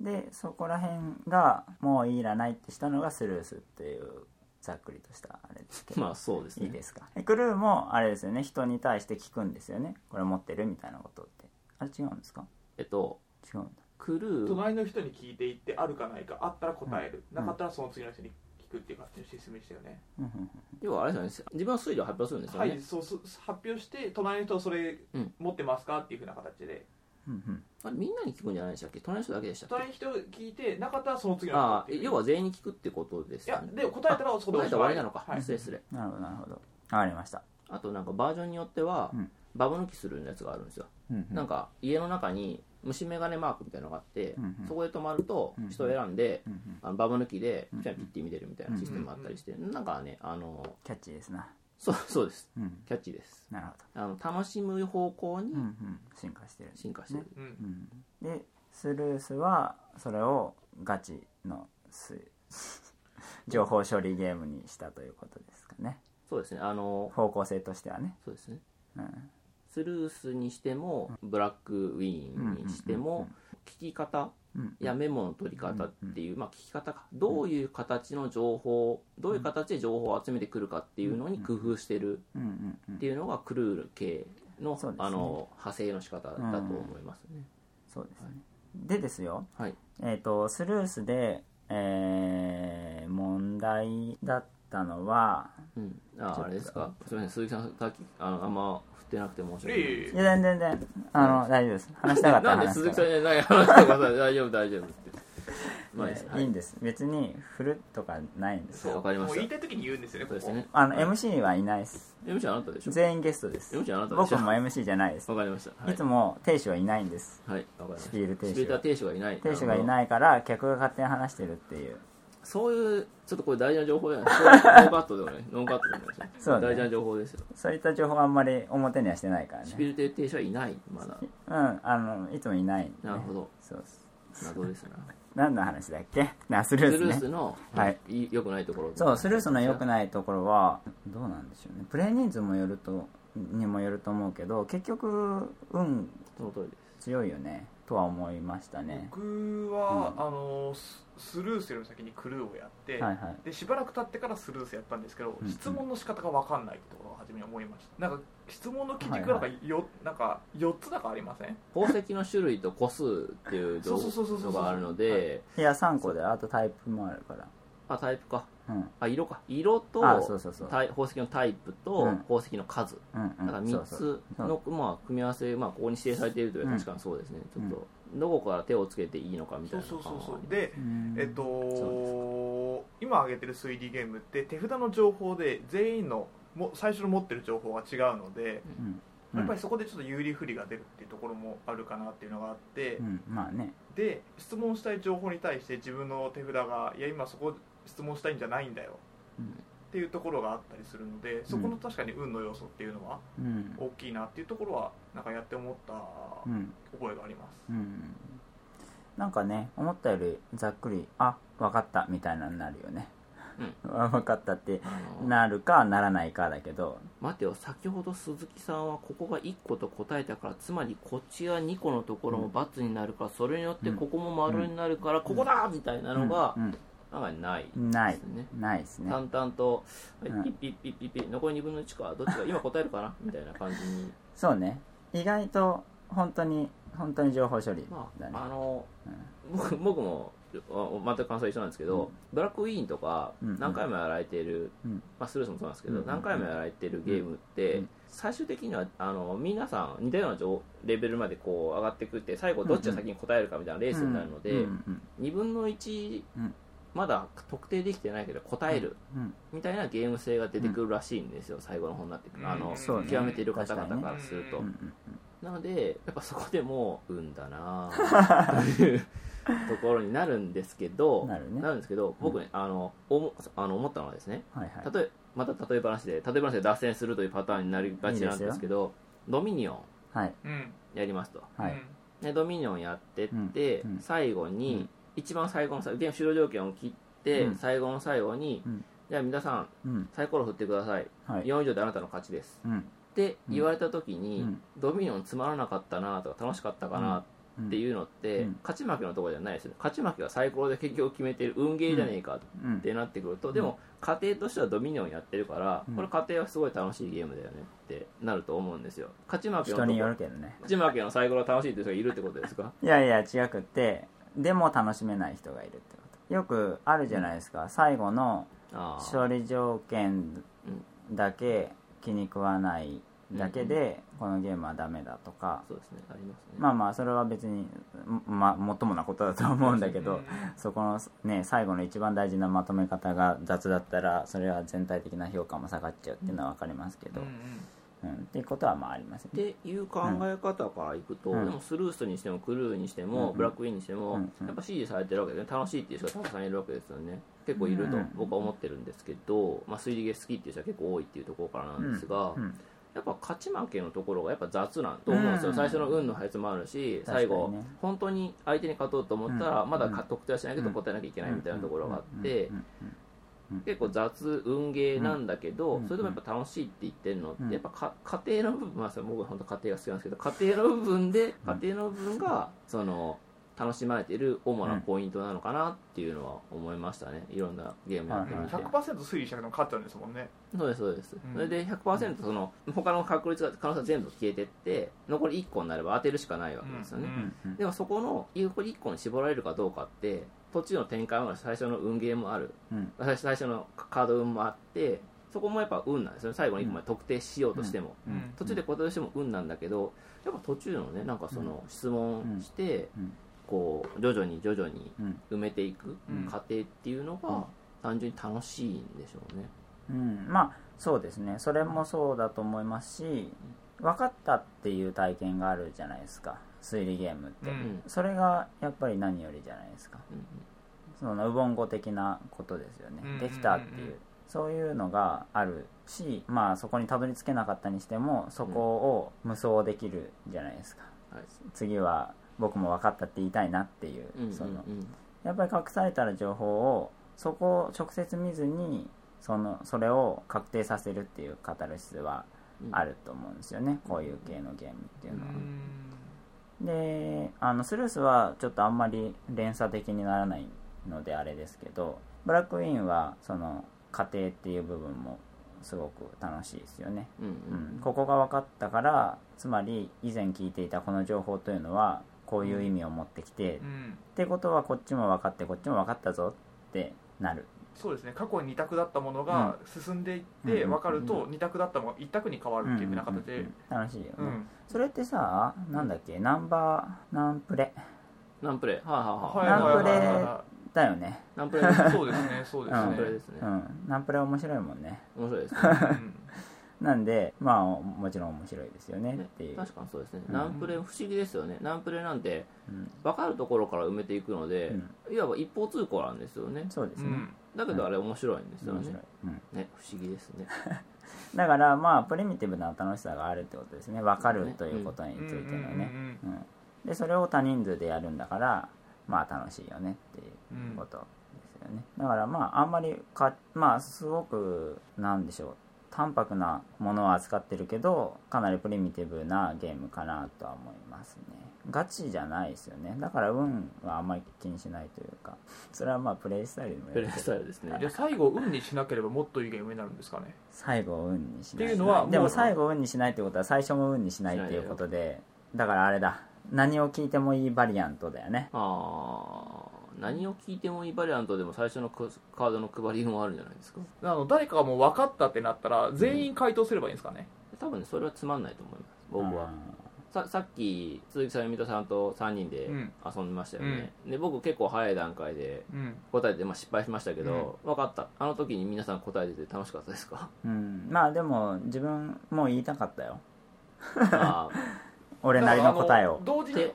[SPEAKER 1] でそこら辺がもういらないってしたのがスルースっていうざっくりとしたあれですけど
[SPEAKER 3] まあそうです
[SPEAKER 1] いい
[SPEAKER 3] ね
[SPEAKER 1] ですかえクルーもあれですよね人に対して聞くんですよねこれ持ってるみたいなことってあれ違うんですか
[SPEAKER 3] えっと
[SPEAKER 1] 違うんだ
[SPEAKER 3] 来る
[SPEAKER 2] 隣の人に聞いていってあるかないかあったら答える、
[SPEAKER 1] ん
[SPEAKER 2] なかったらその次の人に聞くっていう感じのシステムでしたよね
[SPEAKER 1] うんうん
[SPEAKER 3] 要はあれですよね自分の推理を発表するんですよ
[SPEAKER 2] は
[SPEAKER 3] ね、
[SPEAKER 2] いそうそう発表して隣の人はそれ
[SPEAKER 3] うん
[SPEAKER 2] 持ってますかっていうふうな形で
[SPEAKER 1] うんうん
[SPEAKER 3] あれみんなに聞くんじゃないでしたっけ隣の人だけでしたっけ
[SPEAKER 2] 隣の人聞いてなかったらその次の人
[SPEAKER 3] あ
[SPEAKER 2] っ
[SPEAKER 3] あ
[SPEAKER 2] ていう
[SPEAKER 3] 要は全員に聞くってことで
[SPEAKER 2] い
[SPEAKER 3] すよ
[SPEAKER 2] や
[SPEAKER 3] ね
[SPEAKER 2] で答えたらそこで
[SPEAKER 3] 答えたら終わりなのか、
[SPEAKER 2] はい
[SPEAKER 3] 失礼失礼
[SPEAKER 1] なるほどなるほどわかりました
[SPEAKER 3] あとなんかバージョンによっては、
[SPEAKER 1] うん
[SPEAKER 3] ババ抜きするやつがあるんですよ、
[SPEAKER 1] うんうん
[SPEAKER 3] なんか家の中に虫眼鏡マークみたいなのがあって、
[SPEAKER 1] うんうん
[SPEAKER 3] そこで止まると
[SPEAKER 1] うんうん
[SPEAKER 3] 人を選んで、
[SPEAKER 1] うんうん
[SPEAKER 3] あのババ抜きで
[SPEAKER 1] うん
[SPEAKER 3] ピャンピッて見れるみたいなシステムがあったりして、なんかねあの
[SPEAKER 1] キャッチーですな
[SPEAKER 3] そうそうです
[SPEAKER 1] うん
[SPEAKER 3] キャッチーです
[SPEAKER 1] なるほ
[SPEAKER 3] あの楽しむ方向に
[SPEAKER 1] どうんうん進化してる
[SPEAKER 3] 進化してる、
[SPEAKER 2] うん
[SPEAKER 1] うんでスルースはそれをガチのす 情報処理ゲームにしたということですかね
[SPEAKER 3] そうですねあの
[SPEAKER 1] 方向性としてはね
[SPEAKER 3] そうですね
[SPEAKER 1] うん
[SPEAKER 3] スルースにしてもブラックウィーンにして
[SPEAKER 1] うんうん
[SPEAKER 3] も聞き方
[SPEAKER 1] うん
[SPEAKER 3] やメモの取り方っていう、まあ、聞き方かどういう形の情報どういう形で情報を集めてくるかっていうのに工夫してる
[SPEAKER 1] うんうんう
[SPEAKER 3] って
[SPEAKER 1] ん
[SPEAKER 3] いうのがクルール系の,、
[SPEAKER 1] そうですね
[SPEAKER 3] あの派生の仕方だと思いますね、
[SPEAKER 1] そうですねでですよ
[SPEAKER 3] はい
[SPEAKER 1] えっとスルースでえー問題だったのは
[SPEAKER 3] うん、ああれですかすみません鈴木さんさっきあのあんま振ってなくて申し
[SPEAKER 2] い
[SPEAKER 3] 訳
[SPEAKER 2] え
[SPEAKER 3] ない
[SPEAKER 2] い
[SPEAKER 3] い
[SPEAKER 2] え
[SPEAKER 1] いや全然全然あの大丈夫です話したかった
[SPEAKER 3] な
[SPEAKER 1] ら
[SPEAKER 3] んで
[SPEAKER 1] 話
[SPEAKER 3] 鈴
[SPEAKER 1] した
[SPEAKER 3] 木
[SPEAKER 1] か
[SPEAKER 3] さん
[SPEAKER 1] っ
[SPEAKER 3] じゃない話してください大丈夫大丈夫ってまあいいです
[SPEAKER 1] た
[SPEAKER 3] はい
[SPEAKER 1] い
[SPEAKER 3] い
[SPEAKER 1] んです別に振るとかないんです
[SPEAKER 2] そう
[SPEAKER 3] わかりまし
[SPEAKER 2] も
[SPEAKER 3] た
[SPEAKER 2] う言いたい時に言うんですよね
[SPEAKER 3] そうですね
[SPEAKER 1] あの
[SPEAKER 3] はい
[SPEAKER 1] MC はいないです
[SPEAKER 3] MC あなたでしょ
[SPEAKER 1] 全員ゲストです
[SPEAKER 3] MC あなたでし
[SPEAKER 1] 僕
[SPEAKER 3] ょ
[SPEAKER 1] も MC じゃないです
[SPEAKER 3] わかりましたはい
[SPEAKER 1] いつも亭主はいないんです
[SPEAKER 3] はいわかりました
[SPEAKER 1] シビール
[SPEAKER 3] スピ
[SPEAKER 1] 亭
[SPEAKER 3] ーター
[SPEAKER 1] 主
[SPEAKER 3] 亭主がいない
[SPEAKER 1] 亭主がいないから客が勝手に話してるっていう
[SPEAKER 3] そういう、ちょっとこれ大事な情報じゃないそういうノーカットでもない。ノーカットでもない。
[SPEAKER 1] そうね
[SPEAKER 3] 大事な情報ですよ。
[SPEAKER 1] そういった情報はあんまり表にはしてないから
[SPEAKER 3] シピ
[SPEAKER 1] ね
[SPEAKER 3] ルテ停止はいない、まだ。
[SPEAKER 1] うんあのいつもいないんで
[SPEAKER 3] なるほど。
[SPEAKER 1] そうです
[SPEAKER 3] 謎ですな。
[SPEAKER 1] 何の話だっけあス
[SPEAKER 3] ス
[SPEAKER 1] ルース
[SPEAKER 3] ルー
[SPEAKER 1] ね
[SPEAKER 3] スの
[SPEAKER 1] はい
[SPEAKER 3] い良くないところ。
[SPEAKER 1] そうスルースの良く
[SPEAKER 3] い。
[SPEAKER 1] ないところはどうなんでしょうねプレイ人数もよるとにもよると思うけど結局運
[SPEAKER 3] その通りです。
[SPEAKER 1] 強いよねとは思いましたね
[SPEAKER 2] 僕は、あのススルースより先にクルーをやって、
[SPEAKER 1] はいはい
[SPEAKER 2] でしばらく経ってからスルースやったんですけど、
[SPEAKER 1] うんうん
[SPEAKER 2] 質問の仕方が分かんないってことを初めに思いましたなんか質問の基軸がなんか,、よなんか4つだかありません
[SPEAKER 3] 宝石の種類と個数っていう情
[SPEAKER 2] そうそうそうそうそ
[SPEAKER 3] 報
[SPEAKER 2] う
[SPEAKER 3] があるので、
[SPEAKER 1] いや3個であとタイプもあるから
[SPEAKER 3] あ、タイプか。
[SPEAKER 1] うん
[SPEAKER 3] あ、色か。色と、
[SPEAKER 1] あそうそうそう
[SPEAKER 3] タイ宝石のタイプと
[SPEAKER 1] うん
[SPEAKER 3] 宝石の数。
[SPEAKER 1] うんうん
[SPEAKER 3] だから
[SPEAKER 1] そ
[SPEAKER 3] 3
[SPEAKER 1] うそう
[SPEAKER 3] つの、まあ、組み合わせ、まあ、ここに指定されているというのは確かにそうですね。ちょっと、どこから手をつけていいのかみた
[SPEAKER 2] そ
[SPEAKER 3] いう
[SPEAKER 2] そ
[SPEAKER 3] な
[SPEAKER 2] うそう
[SPEAKER 3] 感はあり
[SPEAKER 2] そ
[SPEAKER 3] ます
[SPEAKER 2] うで
[SPEAKER 1] うん
[SPEAKER 2] えっと
[SPEAKER 1] そ
[SPEAKER 2] 今挙げてる推理ゲームって手札の情報で全員のも最初の持ってる情報が違うので
[SPEAKER 1] うん
[SPEAKER 2] やっぱりそこでちょっと有利不利が出るっていうところもあるかなっていうのがあって、
[SPEAKER 1] うん、まあね
[SPEAKER 2] で質問したい情報に対して自分の手札が「いや今そこ質問したいんじゃないんだよ」
[SPEAKER 1] うん
[SPEAKER 2] っていうところがあったりするのでそこの確かに運の要素っていうのは
[SPEAKER 1] うん
[SPEAKER 2] 大きいなっていうところはなんかやって思った
[SPEAKER 1] うん
[SPEAKER 2] 覚えがあります、
[SPEAKER 1] うんなんかね思ったよりざっくりあ分かったみたいなのになるよね、 分かったって
[SPEAKER 3] あの
[SPEAKER 1] なるかならないかだけど
[SPEAKER 3] 待てよ先ほど鈴木さんはここが1個と答えたからつまりこっちが2個のところも×になるからそれによってここも丸になるからここだみたいなのが
[SPEAKER 1] うん
[SPEAKER 3] なんかないで
[SPEAKER 1] うんない
[SPEAKER 3] すね
[SPEAKER 1] ないですね
[SPEAKER 3] 淡々とピ
[SPEAKER 1] うん
[SPEAKER 3] ッピッピッピッピッ残り2分の1かどっちか今答えるかなみたいな感じに
[SPEAKER 1] そうね意外と本当に本当に情報処理
[SPEAKER 3] ま
[SPEAKER 1] だね、
[SPEAKER 3] ああの僕僕もあ全く感想は一緒なんですけ
[SPEAKER 1] う
[SPEAKER 3] ど
[SPEAKER 1] ん
[SPEAKER 3] ブラックウィーンとか
[SPEAKER 1] うん
[SPEAKER 3] 何回もやられている
[SPEAKER 1] うん
[SPEAKER 3] まあ、スルースもそうなんですけど、
[SPEAKER 1] うん
[SPEAKER 3] 何回もやられてるゲームって、
[SPEAKER 1] うん
[SPEAKER 3] 最終的にはあの皆さん似たような上レベルまでこう上がってくって最後どっちが先に答えるかみたいなレースになるので、
[SPEAKER 1] うんうん
[SPEAKER 3] 2分の1、
[SPEAKER 1] うん
[SPEAKER 3] まだ特定できてないけど答える
[SPEAKER 1] うん
[SPEAKER 3] みたいなゲーム性が出てくるらしいんですよ、最後の方になってくるあの、
[SPEAKER 2] うん
[SPEAKER 1] そうね
[SPEAKER 3] 極めている方々からすると、
[SPEAKER 1] う
[SPEAKER 2] 確
[SPEAKER 1] んうん
[SPEAKER 3] なのでやっぱそこでもう運だな あというところになるんですけど
[SPEAKER 1] なるね
[SPEAKER 3] んですけど僕ね、あのおもあの思ったのはですね
[SPEAKER 1] はいはい
[SPEAKER 3] 例えまた例え話で例え話で脱線するというパターンになりがちなんですけどドミニオン
[SPEAKER 1] はい
[SPEAKER 2] うん
[SPEAKER 3] やりますと
[SPEAKER 1] はい
[SPEAKER 2] うん
[SPEAKER 3] でドミニオンやってって、
[SPEAKER 1] うんうん
[SPEAKER 3] 最後に、一番最後の最後ゲーム終了条件を切って、
[SPEAKER 1] うん
[SPEAKER 3] 最後の最後に、
[SPEAKER 1] うん
[SPEAKER 3] じゃあ皆さ
[SPEAKER 1] う
[SPEAKER 3] ん
[SPEAKER 1] ん
[SPEAKER 3] サイコロ振ってください、
[SPEAKER 1] はい
[SPEAKER 3] 4以上であなたの勝ちです
[SPEAKER 1] うん
[SPEAKER 3] って
[SPEAKER 1] うん
[SPEAKER 3] 言われた時に、
[SPEAKER 1] うん
[SPEAKER 3] ドミニオンつまらなかったなとか楽しかったかなっっていうのって、
[SPEAKER 1] うん
[SPEAKER 3] 勝ち負けのところじゃないですよね勝ち負けがサイコロで結局決めてる運ゲーじゃねえか
[SPEAKER 1] うん
[SPEAKER 3] ってなってくると、でも家庭としてはドミニオンやってるから、
[SPEAKER 1] うん
[SPEAKER 3] これ家庭はすごい楽しいゲームだよねってなると思うんですよ勝ち負け
[SPEAKER 1] 人
[SPEAKER 3] のとこ
[SPEAKER 1] によ
[SPEAKER 3] ろ
[SPEAKER 1] るけどね
[SPEAKER 3] 勝ち負けのサイコロ楽しいっていう人がいるってことですか
[SPEAKER 1] いやいや違くってでも楽しめない人がいるってことよくあるじゃないですか最後の
[SPEAKER 3] ああ
[SPEAKER 1] 勝利条件だけ気に食わないだけでこのゲームはダメだとか
[SPEAKER 3] そうですねありますね、
[SPEAKER 1] まあまあそれは別にままあもっともなことだと思うんだけどそこのね最後の一番大事なまとめ方が雑だったらそれは全体的な評価も下がっちゃうっていうのは分かりますけ
[SPEAKER 2] うん
[SPEAKER 1] ど
[SPEAKER 2] うん
[SPEAKER 1] うんっていうことはまあありますよ
[SPEAKER 3] っ
[SPEAKER 1] ね
[SPEAKER 3] ていう考え方からいくと、
[SPEAKER 1] うん
[SPEAKER 3] でもスルースにしてもクルーにしても、
[SPEAKER 1] うん
[SPEAKER 3] ブラックインにしても、
[SPEAKER 1] うんうん
[SPEAKER 3] やっぱ支持されてるわけで、ね、楽しいっていう人がたくさんいるわけですよね結構いると
[SPEAKER 1] うん
[SPEAKER 3] 僕は思ってるんですけど、まあ、推理ゲー好きっていう人は結構多いっていうところからなんですが、
[SPEAKER 1] うん
[SPEAKER 3] やっぱ勝ち負けのところがやっぱ雑なんと思うんですよ、
[SPEAKER 1] うん
[SPEAKER 3] 最初の運の配つもあるし最後
[SPEAKER 1] 確かにね
[SPEAKER 3] 本当に相手に勝とうと思ったら、
[SPEAKER 1] うん
[SPEAKER 3] まだか得点はしないけど
[SPEAKER 1] うん
[SPEAKER 3] 答えなきゃいけないみたいなところがあって、
[SPEAKER 1] うんうんうん
[SPEAKER 3] 結構雑運ゲーなんだけど、
[SPEAKER 1] うん
[SPEAKER 3] それでもやっぱ楽しいって言ってるのって、
[SPEAKER 1] うん
[SPEAKER 3] やっぱか家庭の部分まあそれ僕は本当家庭が好きなんですけど家庭の部分で
[SPEAKER 1] うん
[SPEAKER 3] 家庭の部分がその楽しまれてる主なポイントなのかなっていうのは思いましたねいろんなゲームやって
[SPEAKER 2] うん
[SPEAKER 3] みて、
[SPEAKER 2] 100%推理しなくても勝っちゃうんですもんね
[SPEAKER 3] そうですそうです、
[SPEAKER 2] うん
[SPEAKER 3] それで100%その他の確率が可能性が全部消えてって残り1個になれば当てるしかないわけですよ
[SPEAKER 2] う
[SPEAKER 3] ね、
[SPEAKER 2] ん
[SPEAKER 1] うんうん
[SPEAKER 3] でもそこの残り1個に絞られるかどうかって途中の展開もあるし最初の運ゲーもある
[SPEAKER 1] うん
[SPEAKER 3] 最初最初のカード運もあってそこもやっぱ運なんですよね最後に1個まで特定しようとしても、
[SPEAKER 1] うん
[SPEAKER 2] うん
[SPEAKER 3] 途中で答えとしても運なんだけどやっぱ途中のねなんかその質問して、
[SPEAKER 1] うん
[SPEAKER 3] こう徐々に徐々に
[SPEAKER 1] うん
[SPEAKER 3] 埋めていく
[SPEAKER 2] うん
[SPEAKER 3] 過程っていうの
[SPEAKER 1] うん
[SPEAKER 3] が単純に楽しいんでしょうね、
[SPEAKER 1] うん、まあそうですねそれもそうだと思いますし分かったっていう体験があるじゃないですか推理ゲームって、
[SPEAKER 2] うん
[SPEAKER 1] それがやっぱり何よりじゃないですか
[SPEAKER 3] うん
[SPEAKER 1] そのウボン語的なことですよね、
[SPEAKER 2] うん
[SPEAKER 1] できたっていう、
[SPEAKER 2] うんうんうん
[SPEAKER 1] そういうのがあるしまあそこにたどり着けなかったにしてもそこを無双できるじゃないですか、
[SPEAKER 3] はい
[SPEAKER 1] 次は僕も分かったって言いたいなっていう、
[SPEAKER 3] うんうんうん
[SPEAKER 1] そのやっぱり隠されたら情報をそこを直接見ずにそのそれを確定させるっていうカタルシスは
[SPEAKER 3] うん
[SPEAKER 1] あると思うんですよね、こういう系のゲームっていううのは、
[SPEAKER 2] ん
[SPEAKER 1] であのスルースはちょっとあんまり連鎖的にならないのであれですけどブラックウィーンはその家庭っていう部分もすごく楽しいですよね
[SPEAKER 3] うんう
[SPEAKER 1] うんん、ここが分かったからつまり以前聞いていたこの情報というのはこういう意味を持ってきて、
[SPEAKER 2] う
[SPEAKER 1] っ
[SPEAKER 2] ん
[SPEAKER 1] てことはこっちも分かってこっちも分かったぞってなる
[SPEAKER 2] そうですね過去に2択だったものが進んでいって
[SPEAKER 1] うん
[SPEAKER 2] 分かる
[SPEAKER 3] うん
[SPEAKER 2] と2択だったものが1択に変わるっていうふうな形で
[SPEAKER 1] 楽しいよね、
[SPEAKER 2] うん
[SPEAKER 1] それってさなんだっけナンバーナンプレ
[SPEAKER 3] ナンプレはいはい
[SPEAKER 2] は
[SPEAKER 3] はいい
[SPEAKER 2] はい
[SPEAKER 1] ナン
[SPEAKER 2] は
[SPEAKER 1] プ
[SPEAKER 2] い
[SPEAKER 1] レ
[SPEAKER 2] は
[SPEAKER 1] だよね
[SPEAKER 3] ナンプレです
[SPEAKER 2] いそうですねそうですね
[SPEAKER 1] ナンプ
[SPEAKER 3] ナンプ
[SPEAKER 1] レ
[SPEAKER 3] レですね
[SPEAKER 1] うんナンプレ面白いもんね
[SPEAKER 3] 面白いですね
[SPEAKER 2] うん
[SPEAKER 1] なんでまあもちろん面白いですよねっていう、
[SPEAKER 3] 確かにそうですね、
[SPEAKER 1] うん
[SPEAKER 3] ナンプレ不思議ですよねナンプレなんて
[SPEAKER 1] うん
[SPEAKER 3] 分かるところから埋めていくので、いわば一方通行なんですよね
[SPEAKER 1] そうです
[SPEAKER 2] う
[SPEAKER 1] ね、
[SPEAKER 2] ん
[SPEAKER 3] だけどあれ面白いんですよ
[SPEAKER 1] 面
[SPEAKER 3] ね
[SPEAKER 1] 白い、うん、
[SPEAKER 3] ね不思議ですね
[SPEAKER 1] だからまあプリミティブな楽しさがあるってことですね分かるということについてのね、
[SPEAKER 2] うん
[SPEAKER 1] うん、でそれを多人数でやるんだからまあ楽しいよねっていうことですよね、だからまああんまりかまあすごくなんでしょう淡白なものを扱ってるけどかなりプリミティブなゲームかなとは思いますねガチじゃないですよねだから運はあんまり気にしないというかそれはまあプレイスタイルにも
[SPEAKER 3] プ
[SPEAKER 1] よる
[SPEAKER 3] レイ
[SPEAKER 1] け
[SPEAKER 3] ス
[SPEAKER 1] ど
[SPEAKER 3] タイルですね
[SPEAKER 2] じゃあ最後運にしなければもっといいゲームになるんですかね
[SPEAKER 1] 最後を運にしない
[SPEAKER 2] っていうのは
[SPEAKER 1] で
[SPEAKER 2] も
[SPEAKER 1] も
[SPEAKER 2] う
[SPEAKER 1] 最後を運にしないってことは最初も運にしないっていうことでだからあれだ何を聞いてもいいバリアントだよね
[SPEAKER 3] あー何を聞いてもいいバリアントでも最初のくカードの配りもあるんじゃないですか
[SPEAKER 2] あの誰かがもう分かったってなったら全員回答すればいいんですかね
[SPEAKER 3] 多分ねそれはつまんないと思います僕は、ささっき鈴木さん三田さんと3人で
[SPEAKER 2] うん
[SPEAKER 3] 遊んでましたよね、で僕結構早い段階で
[SPEAKER 2] うん
[SPEAKER 3] 答えて、まあ、失敗しましたけど、分かったあの時に皆さん答えてて楽しかったですか
[SPEAKER 1] うん、まあでも自分もう言いたかったよ
[SPEAKER 3] あー
[SPEAKER 1] 俺なりの答え
[SPEAKER 2] あ
[SPEAKER 1] を
[SPEAKER 2] の同時
[SPEAKER 3] っ
[SPEAKER 2] に
[SPEAKER 3] て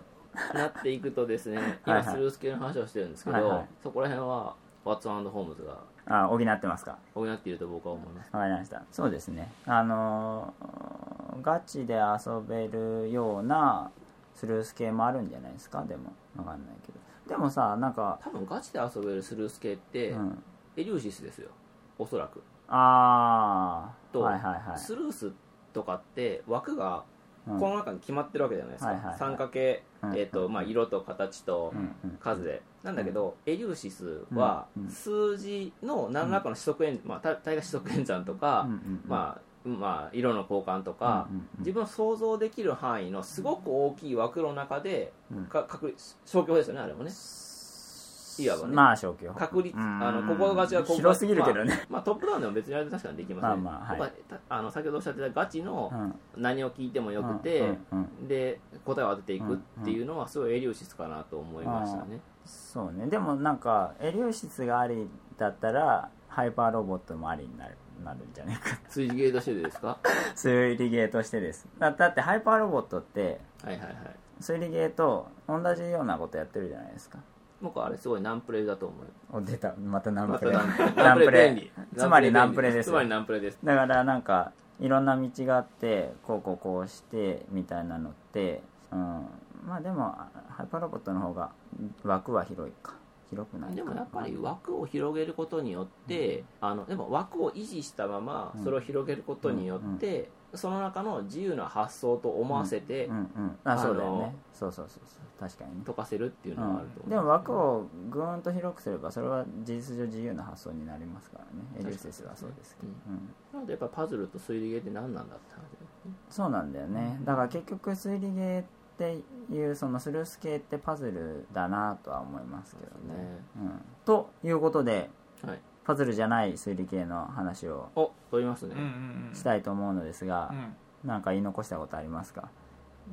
[SPEAKER 3] なっていくとですね
[SPEAKER 1] はいは
[SPEAKER 3] 今
[SPEAKER 1] い
[SPEAKER 3] スルース系の話をしてるんですけど、
[SPEAKER 1] はいはい
[SPEAKER 3] そこら辺はワッツアンドホームズが
[SPEAKER 1] あ補ってますか
[SPEAKER 3] 補っていると僕は思います
[SPEAKER 1] わかりましたそうですねあのーガチで遊べるようなスルース系もあるんじゃないですかでもわかんないけどでもさなんか、
[SPEAKER 3] 多分ガチで遊べるスルース系って、
[SPEAKER 1] うん、
[SPEAKER 3] エリューシスですよおそらく、
[SPEAKER 1] ああ
[SPEAKER 3] と
[SPEAKER 1] はいはいはい
[SPEAKER 3] スルースとかって枠が
[SPEAKER 1] うん
[SPEAKER 3] この中に決まってるわけじゃないですか、
[SPEAKER 1] はいはいはい
[SPEAKER 3] 三角形、
[SPEAKER 1] うん
[SPEAKER 3] えーとまあ、色と形と
[SPEAKER 1] うんうん
[SPEAKER 3] 数で、なんだけど、エリューシスは
[SPEAKER 1] うんうん
[SPEAKER 3] 数字の何らかの四則演、まあ、た大概四則演算とか、まあまあ、色の交換とか、自分の想像できる範囲のすごく大きい枠の中で
[SPEAKER 1] うん
[SPEAKER 3] か確消去法ですよねあれもねいわばね
[SPEAKER 1] まあ消去法
[SPEAKER 3] 確率
[SPEAKER 1] うん
[SPEAKER 3] あのここが違うここが
[SPEAKER 1] 広すぎるけどね、
[SPEAKER 3] まあトップダウンでも別にあれ確かにできますね、
[SPEAKER 1] まあまあはい
[SPEAKER 3] 僕たあの先ほどおっしゃってたガチの何を聞いてもよくて、
[SPEAKER 1] うんうんうん
[SPEAKER 3] で答えを当てていくっていうのはすごいエリオシスかなと思いましたね、
[SPEAKER 1] そうねでもなんかエリオシスがありだったらハイパーロボットもありになるなるんじゃないか
[SPEAKER 3] 数字ゲートしてですか
[SPEAKER 1] 推理ゲーとしてですだだってハイパーロボットって
[SPEAKER 3] はいはいはい
[SPEAKER 1] 推理ゲーと同じようなことやってるじゃないですか
[SPEAKER 3] 僕はあれすごいナンプレだと思う
[SPEAKER 1] お出たまたナン
[SPEAKER 3] ま
[SPEAKER 1] プ
[SPEAKER 3] た
[SPEAKER 1] レ
[SPEAKER 3] ナンプレ
[SPEAKER 1] ナンプレ
[SPEAKER 3] ナンプ便利
[SPEAKER 1] つまりナンプレです
[SPEAKER 3] つ
[SPEAKER 1] よ
[SPEAKER 3] まりナンプレです
[SPEAKER 1] だからなんかいろんな道があってこうこうこうしてみたいなのって、うん、まあでもあハイパーロボットの方が枠は広いか広くないか
[SPEAKER 3] でもやっぱり枠を広げることによって、あのでも枠を維持したまま
[SPEAKER 1] うん
[SPEAKER 3] それを広げることによって、その中の自由な発想と思わせて
[SPEAKER 1] うんうんあそうだよ
[SPEAKER 3] あの
[SPEAKER 1] ねそうそうそうそう確かにね
[SPEAKER 3] 解かせるっていうのはあると思う、
[SPEAKER 1] でも枠をぐーんと広くすればそれは事実上自由な発想になりますからねエ
[SPEAKER 3] 確かに
[SPEAKER 1] リューシスはそうですけど、うん
[SPEAKER 3] なのでやっぱパズルと推理ゲーって何なんだって話だよね
[SPEAKER 1] そうなんだよねだから結局推理ゲーっていうそのスルース系ってパズルだなとは思いますけどねうん、ということで
[SPEAKER 3] はい
[SPEAKER 1] パズルじゃない推理系の話を
[SPEAKER 3] お取りますね、
[SPEAKER 2] うんうんうん
[SPEAKER 1] したいと思うのですが
[SPEAKER 2] う、ん
[SPEAKER 1] なんか言い残したことありますか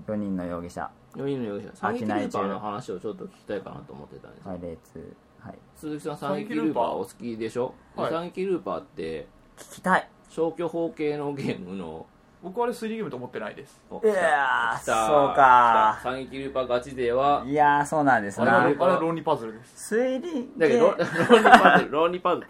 [SPEAKER 1] 4人の容疑者
[SPEAKER 3] 4人の容疑者
[SPEAKER 1] 商
[SPEAKER 3] 三
[SPEAKER 1] い
[SPEAKER 3] 撃
[SPEAKER 1] 中
[SPEAKER 3] ルーパーの話をちょっと聞きたいかなと思ってたんですけど
[SPEAKER 1] パイレーツはい
[SPEAKER 3] 鈴木さん
[SPEAKER 2] 三
[SPEAKER 3] 三
[SPEAKER 2] 撃
[SPEAKER 3] 撃
[SPEAKER 2] ル
[SPEAKER 3] ル
[SPEAKER 2] ー
[SPEAKER 3] ー
[SPEAKER 2] パー
[SPEAKER 3] パーお好きでしょ、で
[SPEAKER 2] はい
[SPEAKER 3] 三撃ルーパーって
[SPEAKER 1] 聞きたい
[SPEAKER 3] 消去法系のゲームの
[SPEAKER 2] 僕はあれ推理ゲームと思ってないです
[SPEAKER 3] お
[SPEAKER 1] いやー
[SPEAKER 3] 来た
[SPEAKER 1] そうか
[SPEAKER 3] 来た三撃ルーパーガチ勢はい
[SPEAKER 1] やーそうなんです
[SPEAKER 2] あれは
[SPEAKER 1] な
[SPEAKER 2] あれ
[SPEAKER 3] れ
[SPEAKER 2] は論理パズルです
[SPEAKER 1] 推理
[SPEAKER 3] だけ
[SPEAKER 1] 系
[SPEAKER 3] ど、ロンリーパズル、ロンリーパズル。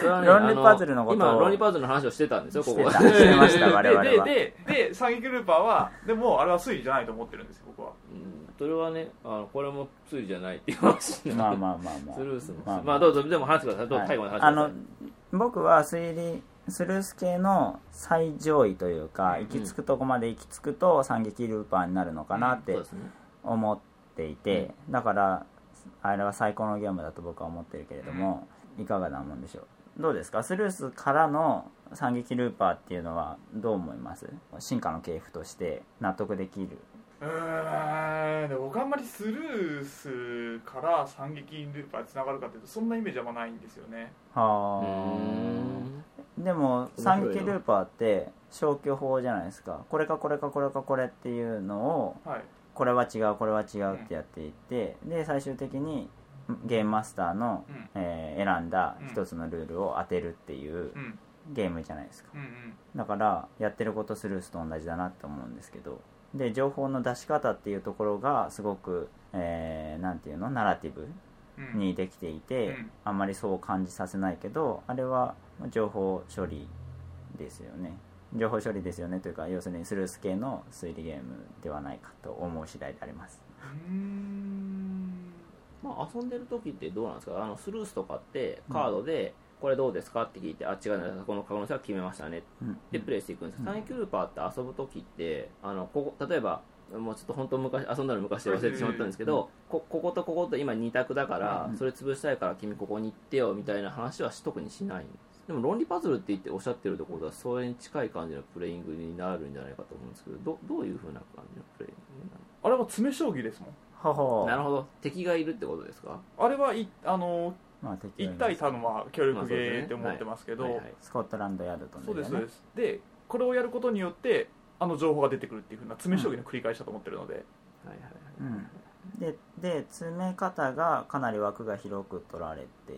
[SPEAKER 3] それはね
[SPEAKER 1] ロンリーパズルのことを
[SPEAKER 3] あ今、ロンリーパズルの話をしてたんですよ、ここ
[SPEAKER 1] してたしてました
[SPEAKER 2] で
[SPEAKER 1] 我々は
[SPEAKER 2] でででで三撃ルーパーはでもあれは推理じゃないと思ってるんですよ僕は
[SPEAKER 3] うんそれはね、あのこれも推理じゃないっていう話に
[SPEAKER 1] ま
[SPEAKER 3] な
[SPEAKER 1] あ
[SPEAKER 3] る
[SPEAKER 1] まあまあまあ
[SPEAKER 3] スルースも。
[SPEAKER 1] ま
[SPEAKER 3] ま
[SPEAKER 1] あ
[SPEAKER 3] あ、
[SPEAKER 1] まあ
[SPEAKER 3] どうぞ、でも話してください。どうぞ
[SPEAKER 1] はい
[SPEAKER 3] 最後まで話
[SPEAKER 1] あ
[SPEAKER 3] して
[SPEAKER 1] の僕は推理スルース系の最上位というか
[SPEAKER 2] うん
[SPEAKER 1] 行き着くとこまで行き着くと三撃ルーパーになるのかなって
[SPEAKER 3] ください。そうですね。
[SPEAKER 1] 思っていてだからあれは最高のゲームだと僕は思ってるけれどもいかがなもんでしょうどうですかスルースからの三撃ルーパーっていうのはどう思います進化の系譜として納得できる
[SPEAKER 2] うーんで僕あんまりスルースから三撃ルーパーにつながるかというとそんなイメージはあんまないんですよね
[SPEAKER 3] う
[SPEAKER 1] は
[SPEAKER 3] ー
[SPEAKER 1] あ
[SPEAKER 3] ん。
[SPEAKER 1] でも
[SPEAKER 3] 面白い
[SPEAKER 1] 三
[SPEAKER 3] な
[SPEAKER 1] 撃ルーパーって消去法じゃないですかこれかこれかこれかこれっていうのを
[SPEAKER 2] はい
[SPEAKER 1] これは違うこれは違うってやっていってで最終的にゲームマスターの、
[SPEAKER 2] うん
[SPEAKER 1] えー選んだ一つのルールを当てるっていう
[SPEAKER 2] うん
[SPEAKER 1] ゲームじゃないですか
[SPEAKER 2] うんうん
[SPEAKER 1] だからやってることスルースと同じだなって思うんですけどで情報の出し方っていうところがすごく何、えーなんていうのナラティブ
[SPEAKER 2] うん
[SPEAKER 1] にできていて、
[SPEAKER 2] うん
[SPEAKER 1] あんまりそう感じさせないけどあれは情報処理ですよね情報処理ですよねというか要するにスルース系の推理ゲームではないかと思う次第であります
[SPEAKER 2] うーん
[SPEAKER 3] まあ、遊んでる時ってどうなんですかあの、スルースとかって、カードで、これどうですかって聞いて、あ、違うね、この可能性は決めましたね
[SPEAKER 1] うん
[SPEAKER 3] でプレイしていくんですよ、
[SPEAKER 1] うん
[SPEAKER 3] サンキュルパーって遊ぶ時ってあのここ例えばもうちょっと本当昔遊んだの昔で忘れてしまったんですけど、ここことここと今2択だから、
[SPEAKER 1] うん
[SPEAKER 3] それ潰したいから君ここに行ってよみたいな話はし特にしないんですでも論理パズルって言っておっしゃってるところはそれに近い感じのプレイングになるんじゃないかと思うんですけどどどういうふうな感じのプレイングになる
[SPEAKER 2] あれは詰将棋ですもん
[SPEAKER 1] ほほ
[SPEAKER 3] なるほど敵がいるってことですか
[SPEAKER 2] あれはいあの
[SPEAKER 1] まあ、適当
[SPEAKER 2] 1
[SPEAKER 1] に
[SPEAKER 2] 対他のまあ協力ゲーって思ってますけ
[SPEAKER 3] はい
[SPEAKER 2] ど
[SPEAKER 3] はい
[SPEAKER 1] スコットランドヤードと
[SPEAKER 2] そうです
[SPEAKER 1] ね
[SPEAKER 2] そうですでこれをやることによってあの情報が出てくるっていうふうな詰将棋の繰り返しだと思ってるので、
[SPEAKER 3] はいはい
[SPEAKER 1] うんでで詰め方がかなり枠が広く取られてい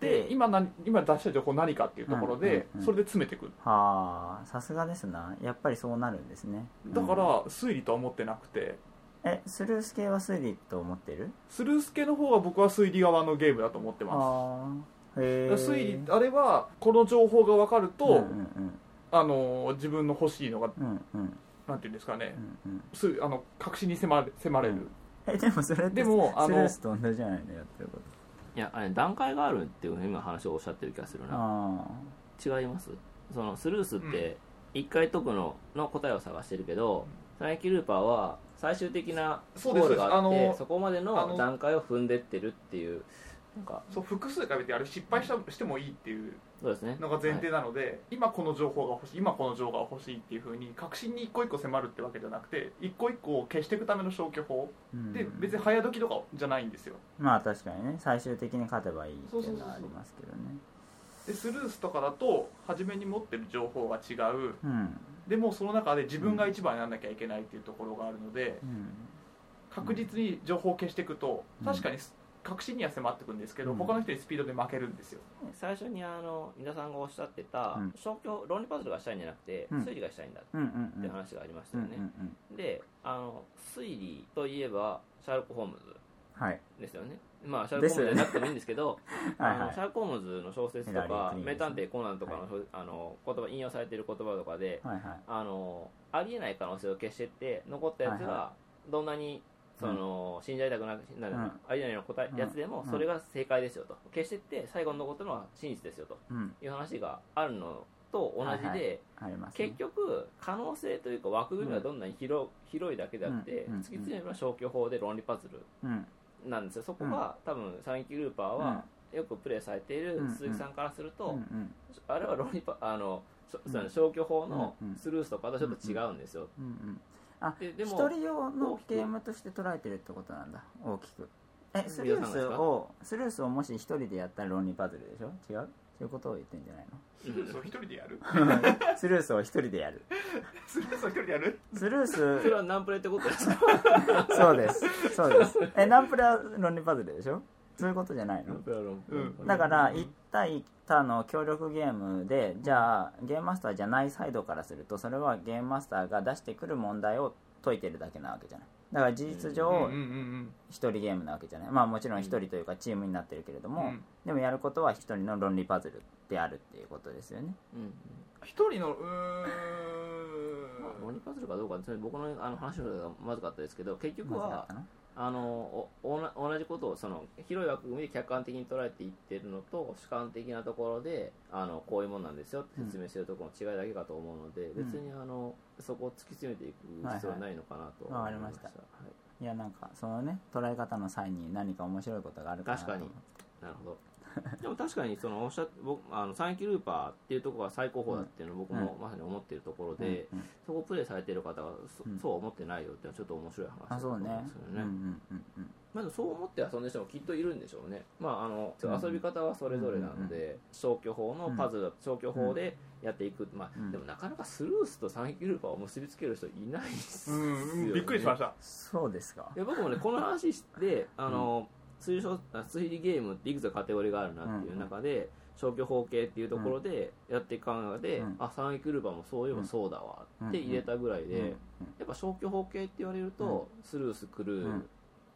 [SPEAKER 1] て
[SPEAKER 2] で今何今出した情報何かっていうところで、
[SPEAKER 1] うんうんうん
[SPEAKER 2] それで詰めていく
[SPEAKER 1] はあさすがですなやっぱりそうなるんですね
[SPEAKER 2] だから推理とは思ってなくて
[SPEAKER 1] えスルース系は推理と思ってる
[SPEAKER 2] スルースケの方は僕は推理側のゲームだと思ってま
[SPEAKER 1] ああへえ
[SPEAKER 2] す推理あれはこの情報が分かると、
[SPEAKER 1] うんうん
[SPEAKER 2] あの自分の欲しいのが
[SPEAKER 1] うんうんうん
[SPEAKER 2] なんていうんですかね
[SPEAKER 1] うんうん
[SPEAKER 2] すあの確信に迫れ迫れる、
[SPEAKER 1] うんえでもそれって
[SPEAKER 2] でもあ
[SPEAKER 1] スル
[SPEAKER 2] の
[SPEAKER 1] ースと同じじゃないのやってること
[SPEAKER 3] いやあれ段階があるっていうふうに今話をおっしゃってる気がするな
[SPEAKER 1] あ
[SPEAKER 3] 違いますそのスルースって一回解くのの答えを探してるけど、サナキルーパーは最終的な
[SPEAKER 2] そう
[SPEAKER 3] ゴ
[SPEAKER 2] です
[SPEAKER 3] ールがあっ
[SPEAKER 2] そうで
[SPEAKER 3] て
[SPEAKER 2] すあ
[SPEAKER 3] そ
[SPEAKER 2] の
[SPEAKER 3] こまで
[SPEAKER 2] あ
[SPEAKER 3] の
[SPEAKER 2] の
[SPEAKER 3] 段階を踏んでってるっていうなんか
[SPEAKER 2] そう複数回見てあれ失敗したしてもいいっていう
[SPEAKER 3] そうですね
[SPEAKER 2] のが前
[SPEAKER 3] はい
[SPEAKER 2] 提なので、今この情報が欲しい今この情報が欲しいっていうふうに確信に一個一個迫るってわけじゃなくて一個一個を消していくための消去法
[SPEAKER 1] うん
[SPEAKER 2] で別に早時とかじゃないんですよ
[SPEAKER 1] まあ確かにね最終的に勝てばいいっていうのはありますけどね
[SPEAKER 2] でスルースとかだと初めに持ってる情報が違う
[SPEAKER 1] うん
[SPEAKER 2] でもその中で自分が一番にならなきゃいけないっていうところがあるので
[SPEAKER 1] うん
[SPEAKER 2] 確実に情報を消していくと
[SPEAKER 1] うん
[SPEAKER 2] 確かにす確信には迫ってくんですけど、
[SPEAKER 1] うん
[SPEAKER 2] 他の人にスピードで負けるんですよ
[SPEAKER 3] 最初にあの皆さんがおっしゃってた
[SPEAKER 1] うん
[SPEAKER 3] 消去論理パズルがしたいんじゃなくて
[SPEAKER 1] うん
[SPEAKER 3] 推理がしたいんだ
[SPEAKER 1] うんうん
[SPEAKER 3] っ
[SPEAKER 1] う
[SPEAKER 3] て
[SPEAKER 1] ん
[SPEAKER 3] 話がありまし
[SPEAKER 1] う
[SPEAKER 3] た
[SPEAKER 1] ん
[SPEAKER 3] よ
[SPEAKER 1] うんう
[SPEAKER 3] ね
[SPEAKER 1] ん
[SPEAKER 3] であの推理といえばシャーロック・ホームズ
[SPEAKER 1] はい
[SPEAKER 3] ですよねまあシャーロック・ホームズじゃなくてもいいんですけど
[SPEAKER 1] はい
[SPEAKER 3] あ
[SPEAKER 1] は
[SPEAKER 3] のシャーロック・ホームズの小説と
[SPEAKER 1] ヒラリー
[SPEAKER 3] か
[SPEAKER 1] クリントン
[SPEAKER 3] 名探偵コナンとかの,、
[SPEAKER 1] は
[SPEAKER 3] あの言葉引用されている言葉とかで
[SPEAKER 1] いはいはい
[SPEAKER 3] あのありえない可能性を消してって残ったやつ
[SPEAKER 1] はい
[SPEAKER 3] がどんなにその、死んじゃいたくなくなる、
[SPEAKER 1] うん
[SPEAKER 3] ありえないような答え
[SPEAKER 1] うん
[SPEAKER 3] やつでも
[SPEAKER 1] うん
[SPEAKER 3] それが正解ですよと消してって最後に残ったのは真実ですよと
[SPEAKER 1] うん
[SPEAKER 3] いう話があるのと同じで、
[SPEAKER 1] はいはありますね
[SPEAKER 3] 結局可能性というか枠組みはどんなに広,、広いだけであって、
[SPEAKER 1] うんうん
[SPEAKER 3] 突き詰めれば消去法で論理パズル
[SPEAKER 1] うん
[SPEAKER 3] なんですよそこが、多分三撃ルーパーは、よくプレイされている
[SPEAKER 1] うん
[SPEAKER 3] 鈴木さんからすると、
[SPEAKER 1] うんうん
[SPEAKER 3] あれはロリパあの、しょ
[SPEAKER 1] うん
[SPEAKER 3] その消去法の
[SPEAKER 1] うんうん
[SPEAKER 3] スルースとかとちょっと違うんですよ、
[SPEAKER 1] うんうんあ
[SPEAKER 3] でで
[SPEAKER 1] 一
[SPEAKER 3] も
[SPEAKER 1] 人用のゲームとして捉えてるってことなんだ大きくえスルースをスルースをもし一人でやったら論理パズルでしょ違うそういうことを言ってんじゃない
[SPEAKER 2] スルースを一人でやる
[SPEAKER 1] のスルースを一人でやる
[SPEAKER 2] スルースを一人でやる
[SPEAKER 1] スルー
[SPEAKER 3] それ
[SPEAKER 1] ス
[SPEAKER 3] はナンプレってことですか
[SPEAKER 1] そうですそうですえナンプレは論理パズルでしょそういうことじゃないの
[SPEAKER 3] プレは論
[SPEAKER 2] うん
[SPEAKER 1] だから1対1他の協力ゲームでじゃあゲームマスターじゃないサイドからするとそれはゲームマスターが出してくる問題を解いてるだけなわけじゃないだから事実
[SPEAKER 2] うん
[SPEAKER 1] 上
[SPEAKER 2] うんうん
[SPEAKER 1] 一人ゲームなわけじゃないまあもちろん一人というかチームになってるけれど
[SPEAKER 2] う
[SPEAKER 1] も、
[SPEAKER 2] んうん
[SPEAKER 1] でもやることは一人の論理パズルであるっていうことですよね
[SPEAKER 3] うん
[SPEAKER 2] 一人のうー
[SPEAKER 3] まあ、
[SPEAKER 2] ん
[SPEAKER 3] 論理パズルかどうかは、それ僕のあの話の方がまずかったですけど結局
[SPEAKER 1] まずだっ
[SPEAKER 3] は
[SPEAKER 1] たな
[SPEAKER 3] あのおおな同じことをその広い枠組みで客観的に捉えていってるのと主観的なところであのこういうもんなんですよって説明してるところの違いだけかと思うので、
[SPEAKER 1] ん
[SPEAKER 3] 別にあのそこを突き詰めていく必要はないのかなと思
[SPEAKER 1] はいはい
[SPEAKER 3] いま
[SPEAKER 1] わ
[SPEAKER 3] し
[SPEAKER 1] か
[SPEAKER 3] た。
[SPEAKER 1] りま
[SPEAKER 3] は
[SPEAKER 1] し
[SPEAKER 3] い
[SPEAKER 1] いやなんかそのね捉え方の際に何か面白いことがあるかなと
[SPEAKER 3] 確かになるほどでも確かにそのおっしゃ僕あの三撃ルーパーっていうところが最高峰だっていうのを僕もまさに思ってるところで、
[SPEAKER 1] うんうん
[SPEAKER 3] そこをプレイされてる方がそ,、
[SPEAKER 1] う
[SPEAKER 3] うんそう思ってないよっていうのはちょっと面白い話
[SPEAKER 1] あ
[SPEAKER 3] だと
[SPEAKER 1] そう
[SPEAKER 3] 思
[SPEAKER 1] ね
[SPEAKER 3] うんですよ
[SPEAKER 1] うんう
[SPEAKER 3] ね
[SPEAKER 1] んうんうん
[SPEAKER 3] まあでもそう思って遊んでる人もきっといるんでしょうねまああの
[SPEAKER 1] うん
[SPEAKER 3] 遊び方はそれぞれなので、消去法のパズルだと消去法でやっていく、まあ
[SPEAKER 1] うん
[SPEAKER 3] でもなかなかスルースと三撃ルーパーを結びつける人いないですよ、
[SPEAKER 2] う
[SPEAKER 3] ね
[SPEAKER 2] んうんびっくりしました
[SPEAKER 1] そうですか
[SPEAKER 3] いや僕もねこの話であの、推奨あ推理ゲームっていくつかカテゴリーがあるなっていう中で、消去法系っていうところでやっていく考えで、
[SPEAKER 1] うん
[SPEAKER 3] あ三撃ルーパーもそういえばそうだわって入れたぐらいで、
[SPEAKER 1] うん
[SPEAKER 3] やっぱ消去法系って言われると、スルースクルー、
[SPEAKER 1] うん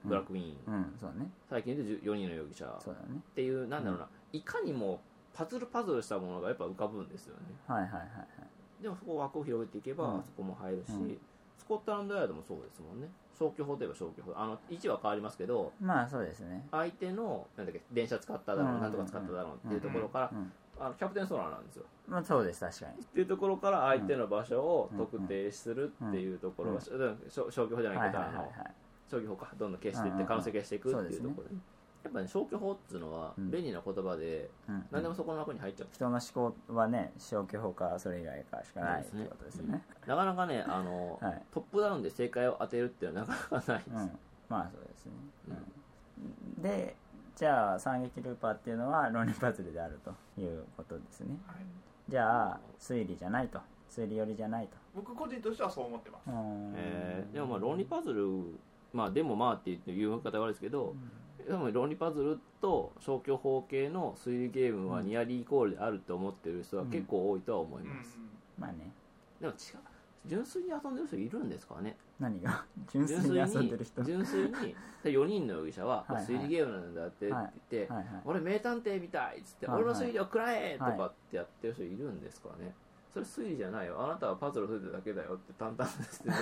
[SPEAKER 3] ブラックウィーン、
[SPEAKER 1] うんうんそうね
[SPEAKER 3] 最近で4人の容疑者
[SPEAKER 1] そう
[SPEAKER 3] っ
[SPEAKER 1] だね
[SPEAKER 3] ていうなんだろうな、いかにもパズルパズルしたものがやっぱ浮かぶんですよね
[SPEAKER 1] はいはいはいはい
[SPEAKER 3] でもそこ枠を広げていけば、
[SPEAKER 1] うん
[SPEAKER 3] そこも入る
[SPEAKER 1] う
[SPEAKER 3] し、
[SPEAKER 1] ん
[SPEAKER 3] スコットランドヤードもそうですもんね消去法といえば消去法あの位置は変わりますけど
[SPEAKER 1] まあそうですね
[SPEAKER 3] 相手のなんだっけ電車使っただ
[SPEAKER 1] うんうんう
[SPEAKER 3] ろうんなんとか使っただろうっていうところから、
[SPEAKER 1] うん
[SPEAKER 3] あのキャプテンソーラーなんですよ
[SPEAKER 1] まあそうです確かに
[SPEAKER 3] っていうところから相手の場所を特定するっていうところが、しょ消去法じゃないけど、
[SPEAKER 1] はいはい
[SPEAKER 3] あ
[SPEAKER 1] はい
[SPEAKER 3] の消去法かどんどん消していって可能性消していくっていうところでやっぱね消去法っていうのは
[SPEAKER 1] うん
[SPEAKER 3] 便利な言葉で
[SPEAKER 1] はいうん
[SPEAKER 3] 何でもそこの枠に入っちゃう、
[SPEAKER 1] 人の思考はね消去法かそれ以外かしかないって
[SPEAKER 3] そうですね
[SPEAKER 1] ことですね
[SPEAKER 3] なかなかねあの、
[SPEAKER 1] はい
[SPEAKER 3] トップダウンで正解を当てるっていうのはなかなかないです、
[SPEAKER 1] うんまあそうですねうんでじゃあ三撃ルーパーっていうのは論理パズルであるということですね
[SPEAKER 2] はい
[SPEAKER 1] じゃあ推理じゃないと推理寄りじゃないと
[SPEAKER 2] 僕個人としてはそう思ってます
[SPEAKER 1] うーん
[SPEAKER 3] えーでもまあ論理パズルまあでもまあっていう言い方があるんですけど、でも論理パズルと消去法系の推理ゲームはニアリーイコールであると思ってる人は結構多いとは思
[SPEAKER 2] う
[SPEAKER 3] い
[SPEAKER 2] ん
[SPEAKER 3] ます、
[SPEAKER 1] まあね
[SPEAKER 3] でも違う純粋に遊んでる人いるんですかね
[SPEAKER 1] 何が 純粋に遊んでる人はい
[SPEAKER 3] 純粋に4人の容疑者は
[SPEAKER 1] はいはい
[SPEAKER 3] 推理ゲームなんだってって言って
[SPEAKER 1] はい
[SPEAKER 3] 俺名探偵みたいっつって
[SPEAKER 1] はいはい
[SPEAKER 3] 俺の推理をくらえとかってやってる人いるんですかねそれ推理じゃないよあなたはパズル を解いただけだよって淡々とですね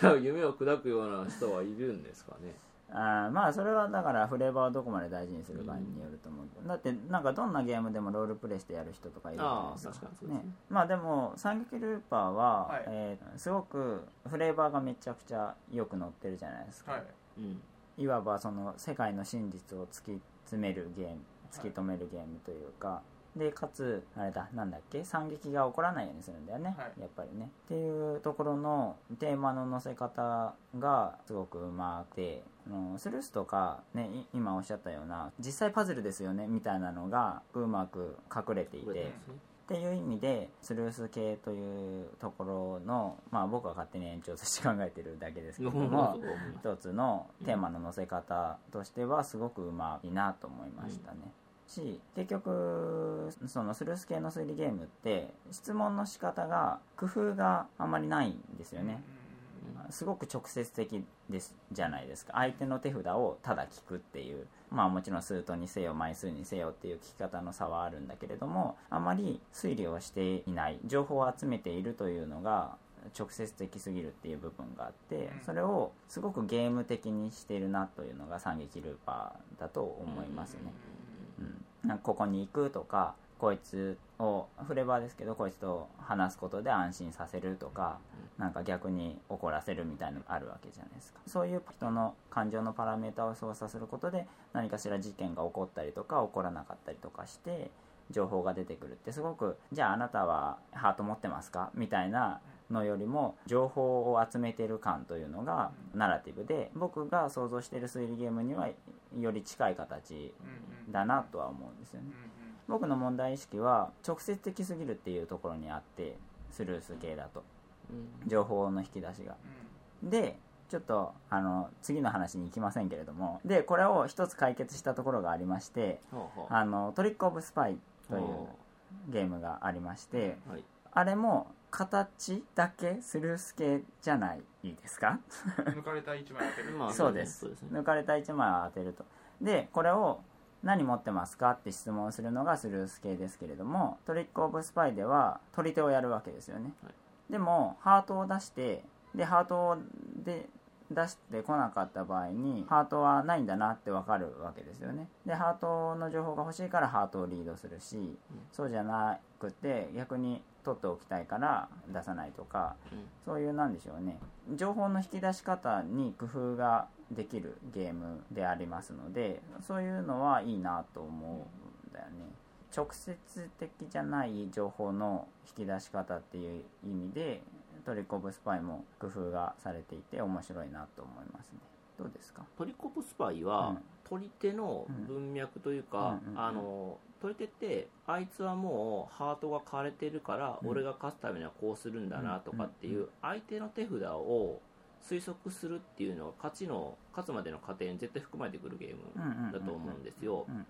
[SPEAKER 3] じゃあ夢を砕くような人はいるんですかね
[SPEAKER 1] あーまあそれはだからフレーバーをどこまで大事にするかによると思う、だってなんかどんなゲームでもロールプレイしてやる人とかいるじゃないです
[SPEAKER 3] あー確
[SPEAKER 1] か
[SPEAKER 3] かにそうですね
[SPEAKER 1] まあでも「三撃ルーパーは」
[SPEAKER 2] はい
[SPEAKER 1] えーすごくフレーバーがめちゃくちゃよく載ってるじゃないですか、
[SPEAKER 2] はい
[SPEAKER 3] うん
[SPEAKER 1] いわばその世界の真実を突き詰めるゲーム突き止めるゲームというか、でかつあれだなんだっけ惨劇が起こらないようにするんだよね、
[SPEAKER 2] はい
[SPEAKER 1] やっぱりねっていうところのテーマの載せ方がすごくうまくてあのスルースとか、ね、い今おっしゃったような実際パズルですよねみたいなのがうまく隠れてい
[SPEAKER 3] 覚え
[SPEAKER 1] て
[SPEAKER 3] てますね
[SPEAKER 1] っていう意味でスルース系というところのまあ僕は勝手に延長として考えてるだけですけども
[SPEAKER 3] そう思います
[SPEAKER 1] 一つのテーマの載せ方としてはすごくうまいなと思いましたね、し結局そのスルース系の推理ゲームって質問の仕方が工夫があんまりないんですよね、すごく直接的ですじゃないですか相手の手札をただ聞くっていうまあもちろん数とにせよ枚数にせよっていう聞き方の差はあるんだけれどもあまり推理をしていない情報を集めているというのが直接的すぎるっていう部分があって
[SPEAKER 2] うん
[SPEAKER 1] それをすごくゲーム的にしているなというのが惨劇ルーパーだと思いますね。うん、なんかここに行くとかこいつをフレーバーですけどこいつと話すことで安心させるとかなんか逆に怒らせるみたいなのがあるわけじゃないですかそういう人の感情のパラメータを操作することで何かしら事件が起こったりとか起こらなかったりとかして情報が出てくるってすごくじゃああなたはハート持ってますかみたいなのよりも情報を集めてる感というのがナラティブで僕が想像している推理ゲームにはより近い形だなとは思うんですよね僕の問題意識は直接的すぎるっていうところにあってスルース系だと
[SPEAKER 3] うん
[SPEAKER 1] 情報の引き出しがでちょっとあの次の話に行きませんけれどもでこれを一つ解決したところがありまして
[SPEAKER 3] ほうほう
[SPEAKER 1] あのトリック・オブ・スパイとい
[SPEAKER 3] ほ
[SPEAKER 1] うゲームがありまして
[SPEAKER 3] うはい
[SPEAKER 1] あれも形だけスルース系じゃないですか
[SPEAKER 2] 抜かれた一枚当て る
[SPEAKER 3] まあ
[SPEAKER 1] そうです
[SPEAKER 3] そうですね
[SPEAKER 1] 抜かれた1枚を当てるとでこれを何持ってますかって質問するのがスルース系ですけれどもトリック・オブ・スパイでは取り手をやるわけですよね、
[SPEAKER 3] はい
[SPEAKER 1] でもハートを出してでハートをで出してこなかった場合にハートはないんだなってわかるわけですよねでハートの情報が欲しいからハートをリードするし、そうじゃなくて逆に取っておきたいから出さないとか、
[SPEAKER 3] うん
[SPEAKER 1] そういうなんでしょうね情報の引き出し方に工夫ができるゲームでありますのでそういうのはいいなと思うんだよね直接的じゃない情報の引き出し方っていう意味でトリコブスパイも工夫がされていて面白いなと思いますねどうですか
[SPEAKER 3] トリコプスパイ
[SPEAKER 1] う
[SPEAKER 3] は
[SPEAKER 1] ん
[SPEAKER 3] 取り手の文脈というか、
[SPEAKER 1] うんうんうんうん
[SPEAKER 3] あの取り手ってあいつはもうハートが枯れてるから、
[SPEAKER 1] うん
[SPEAKER 3] 俺が勝つためにはこうするんだなとかっていう、
[SPEAKER 1] うんう
[SPEAKER 3] 相手の手札を推測するっていうのが勝ちの勝つまでの過程に絶対含まれてくるゲームだと思うんです
[SPEAKER 1] うん
[SPEAKER 3] よ、
[SPEAKER 1] うんうんうん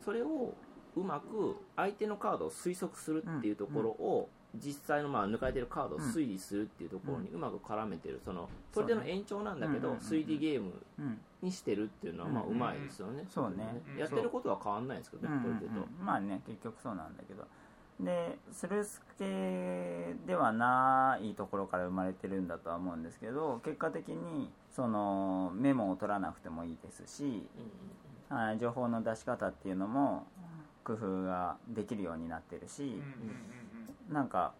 [SPEAKER 3] それをうまく相手のカードを推測するっていうところを、実際のまあ抜かれてるカードを推理するっていうところにうまく絡めてるその取り手の延長なんだけ
[SPEAKER 1] そうね
[SPEAKER 3] ど、
[SPEAKER 1] うんうんうん
[SPEAKER 3] 推理ゲーム
[SPEAKER 1] うん
[SPEAKER 3] にしてるっていうのはまあ
[SPEAKER 1] うん
[SPEAKER 3] うまいですよね、
[SPEAKER 1] そうね
[SPEAKER 2] うん
[SPEAKER 3] やってることは変わんないんですけどね、これで言うと、
[SPEAKER 1] まあね結局そうなんだけどでスルース系ではないところから生まれてるんだとは思うんですけど結果的にそのメモを取らなくてもいいですしあー情報の出し方っていうのも工夫ができるようになってるし、なんか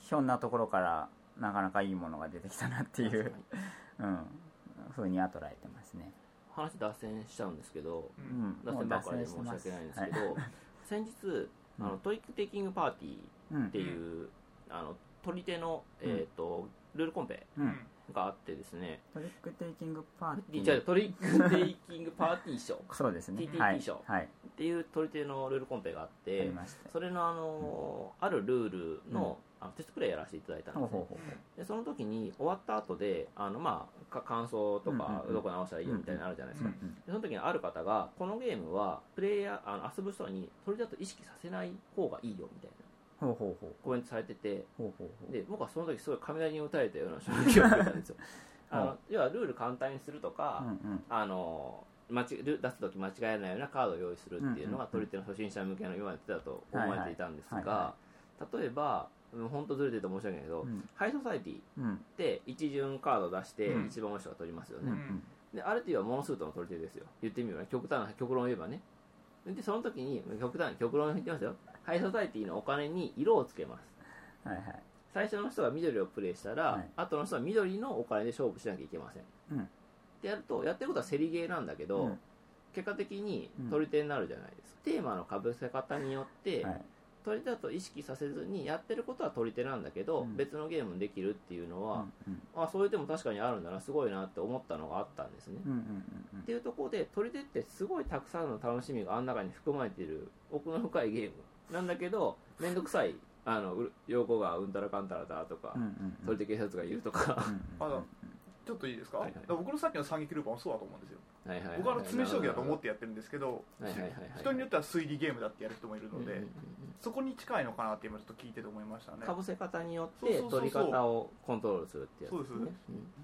[SPEAKER 1] ひょんなところからなかなかいいものが出てきたなっていう、うん、ふうには捉えてますね。
[SPEAKER 3] 話脱線しちゃうんですけど
[SPEAKER 1] うん、
[SPEAKER 3] 脱
[SPEAKER 1] もう
[SPEAKER 3] 線ばっ
[SPEAKER 1] 脱
[SPEAKER 3] かりで
[SPEAKER 1] 線
[SPEAKER 3] 申
[SPEAKER 1] し
[SPEAKER 3] して
[SPEAKER 1] ます。
[SPEAKER 3] 訳ないんですけど、先日あのトリックテイキングパーティー
[SPEAKER 1] うん
[SPEAKER 3] っていう、あの取り手の、えー、とルールコンペ
[SPEAKER 1] うん、
[SPEAKER 3] があってですね、
[SPEAKER 1] トリックテイキングパーティ
[SPEAKER 3] じゃあ
[SPEAKER 1] ー。
[SPEAKER 3] トリックテイキングパーティー賞っ
[SPEAKER 1] そうですね。
[SPEAKER 3] TTT
[SPEAKER 1] はい
[SPEAKER 3] 賞
[SPEAKER 1] はい。
[SPEAKER 3] ていう取り手のルールコンペがあっ
[SPEAKER 1] あり
[SPEAKER 3] て
[SPEAKER 1] ました。
[SPEAKER 3] それの、あのーあるルールの,、あのテストプレイやらせていただいたんです
[SPEAKER 1] ほう
[SPEAKER 3] ね
[SPEAKER 1] ほうほ
[SPEAKER 3] でその時に終わった後であのまあか感想とか
[SPEAKER 1] うんうんうん
[SPEAKER 3] どこ直したらいいよみたいなのあるじゃないですか、
[SPEAKER 1] う。うん
[SPEAKER 3] でその時にある方がこのゲームはプレイヤーあの遊ぶ人にそれだと意識させない方がいいよみたいな
[SPEAKER 1] ほうほうほう。
[SPEAKER 3] コメントされてて
[SPEAKER 1] ほうほうほう。
[SPEAKER 3] で僕はその時すごい雷に打たれたような衝撃を受けたん ですよあ
[SPEAKER 1] は
[SPEAKER 3] の要はルール簡単にするとか、
[SPEAKER 1] うんうん。
[SPEAKER 3] あの間違ル出す時間違えないようなカードを用意するっていうのが
[SPEAKER 1] うんうんうん
[SPEAKER 3] 取り手の初心者向けの今まで手だと思
[SPEAKER 1] はいはい
[SPEAKER 3] われていたんです
[SPEAKER 1] はいは
[SPEAKER 3] が例えば本当ずれてると申し訳ないけど、
[SPEAKER 1] うん
[SPEAKER 3] ハイソサイティ
[SPEAKER 1] うん
[SPEAKER 3] で一巡カード出して
[SPEAKER 1] うん
[SPEAKER 3] 一番面白い人が取りますよ
[SPEAKER 1] うんう
[SPEAKER 3] ね、
[SPEAKER 1] ん
[SPEAKER 3] である程度はモノスートの取り手ですよ言ってみればね極端な極論を言えばねでその時に極端極論を言ってますよハイソサイティのお金に色をつけます
[SPEAKER 1] はいはい
[SPEAKER 3] 最初の人が緑をプレイしたら、
[SPEAKER 1] はい
[SPEAKER 3] 後の人は緑のお金で勝負しなきゃいけません、
[SPEAKER 1] うん
[SPEAKER 3] ってやるとやってることは競りゲーなんだけど、
[SPEAKER 1] うん
[SPEAKER 3] 結果的に取り手になるじゃないですか、テーマのかぶせ方によって、
[SPEAKER 1] はい
[SPEAKER 3] 取り手だと意識させずにやってることは取り手なんだけど、
[SPEAKER 1] うん
[SPEAKER 3] 別のゲームにできるっていうのは、
[SPEAKER 1] うん
[SPEAKER 3] あそういう手も確かにあるんだなすごいなって思ったのがあったんですね、
[SPEAKER 1] うんうんうん
[SPEAKER 3] っていうところで取り手ってすごいたくさんの楽しみがあん中に含まれている奥の深いゲームなんだけど面倒くさいあのうる用語がうんたらかんたらだとか、
[SPEAKER 1] うんうんうんうん
[SPEAKER 3] 取り手警察がいる とか、
[SPEAKER 1] うん
[SPEAKER 2] あ
[SPEAKER 1] うん
[SPEAKER 2] のちょっといいですか,、
[SPEAKER 3] はいはい
[SPEAKER 2] 僕のさっきの三撃ルーパンもそうだと思うんですよ、
[SPEAKER 3] はいはいはい
[SPEAKER 2] 僕はあの詰め将棋だと思っててやってるんですけど、
[SPEAKER 3] はいはいはいはい
[SPEAKER 2] 人によっては推理ゲームだってやる人もいるので、
[SPEAKER 3] うんうん
[SPEAKER 2] そこに近いのかなって今ちょっと聞いてて思いました
[SPEAKER 3] う
[SPEAKER 2] ね
[SPEAKER 3] んかぶせ方によっ
[SPEAKER 2] そうそう
[SPEAKER 3] て
[SPEAKER 2] そうそう
[SPEAKER 3] 取り方をコントロールするってやつです
[SPEAKER 2] そうで
[SPEAKER 3] ね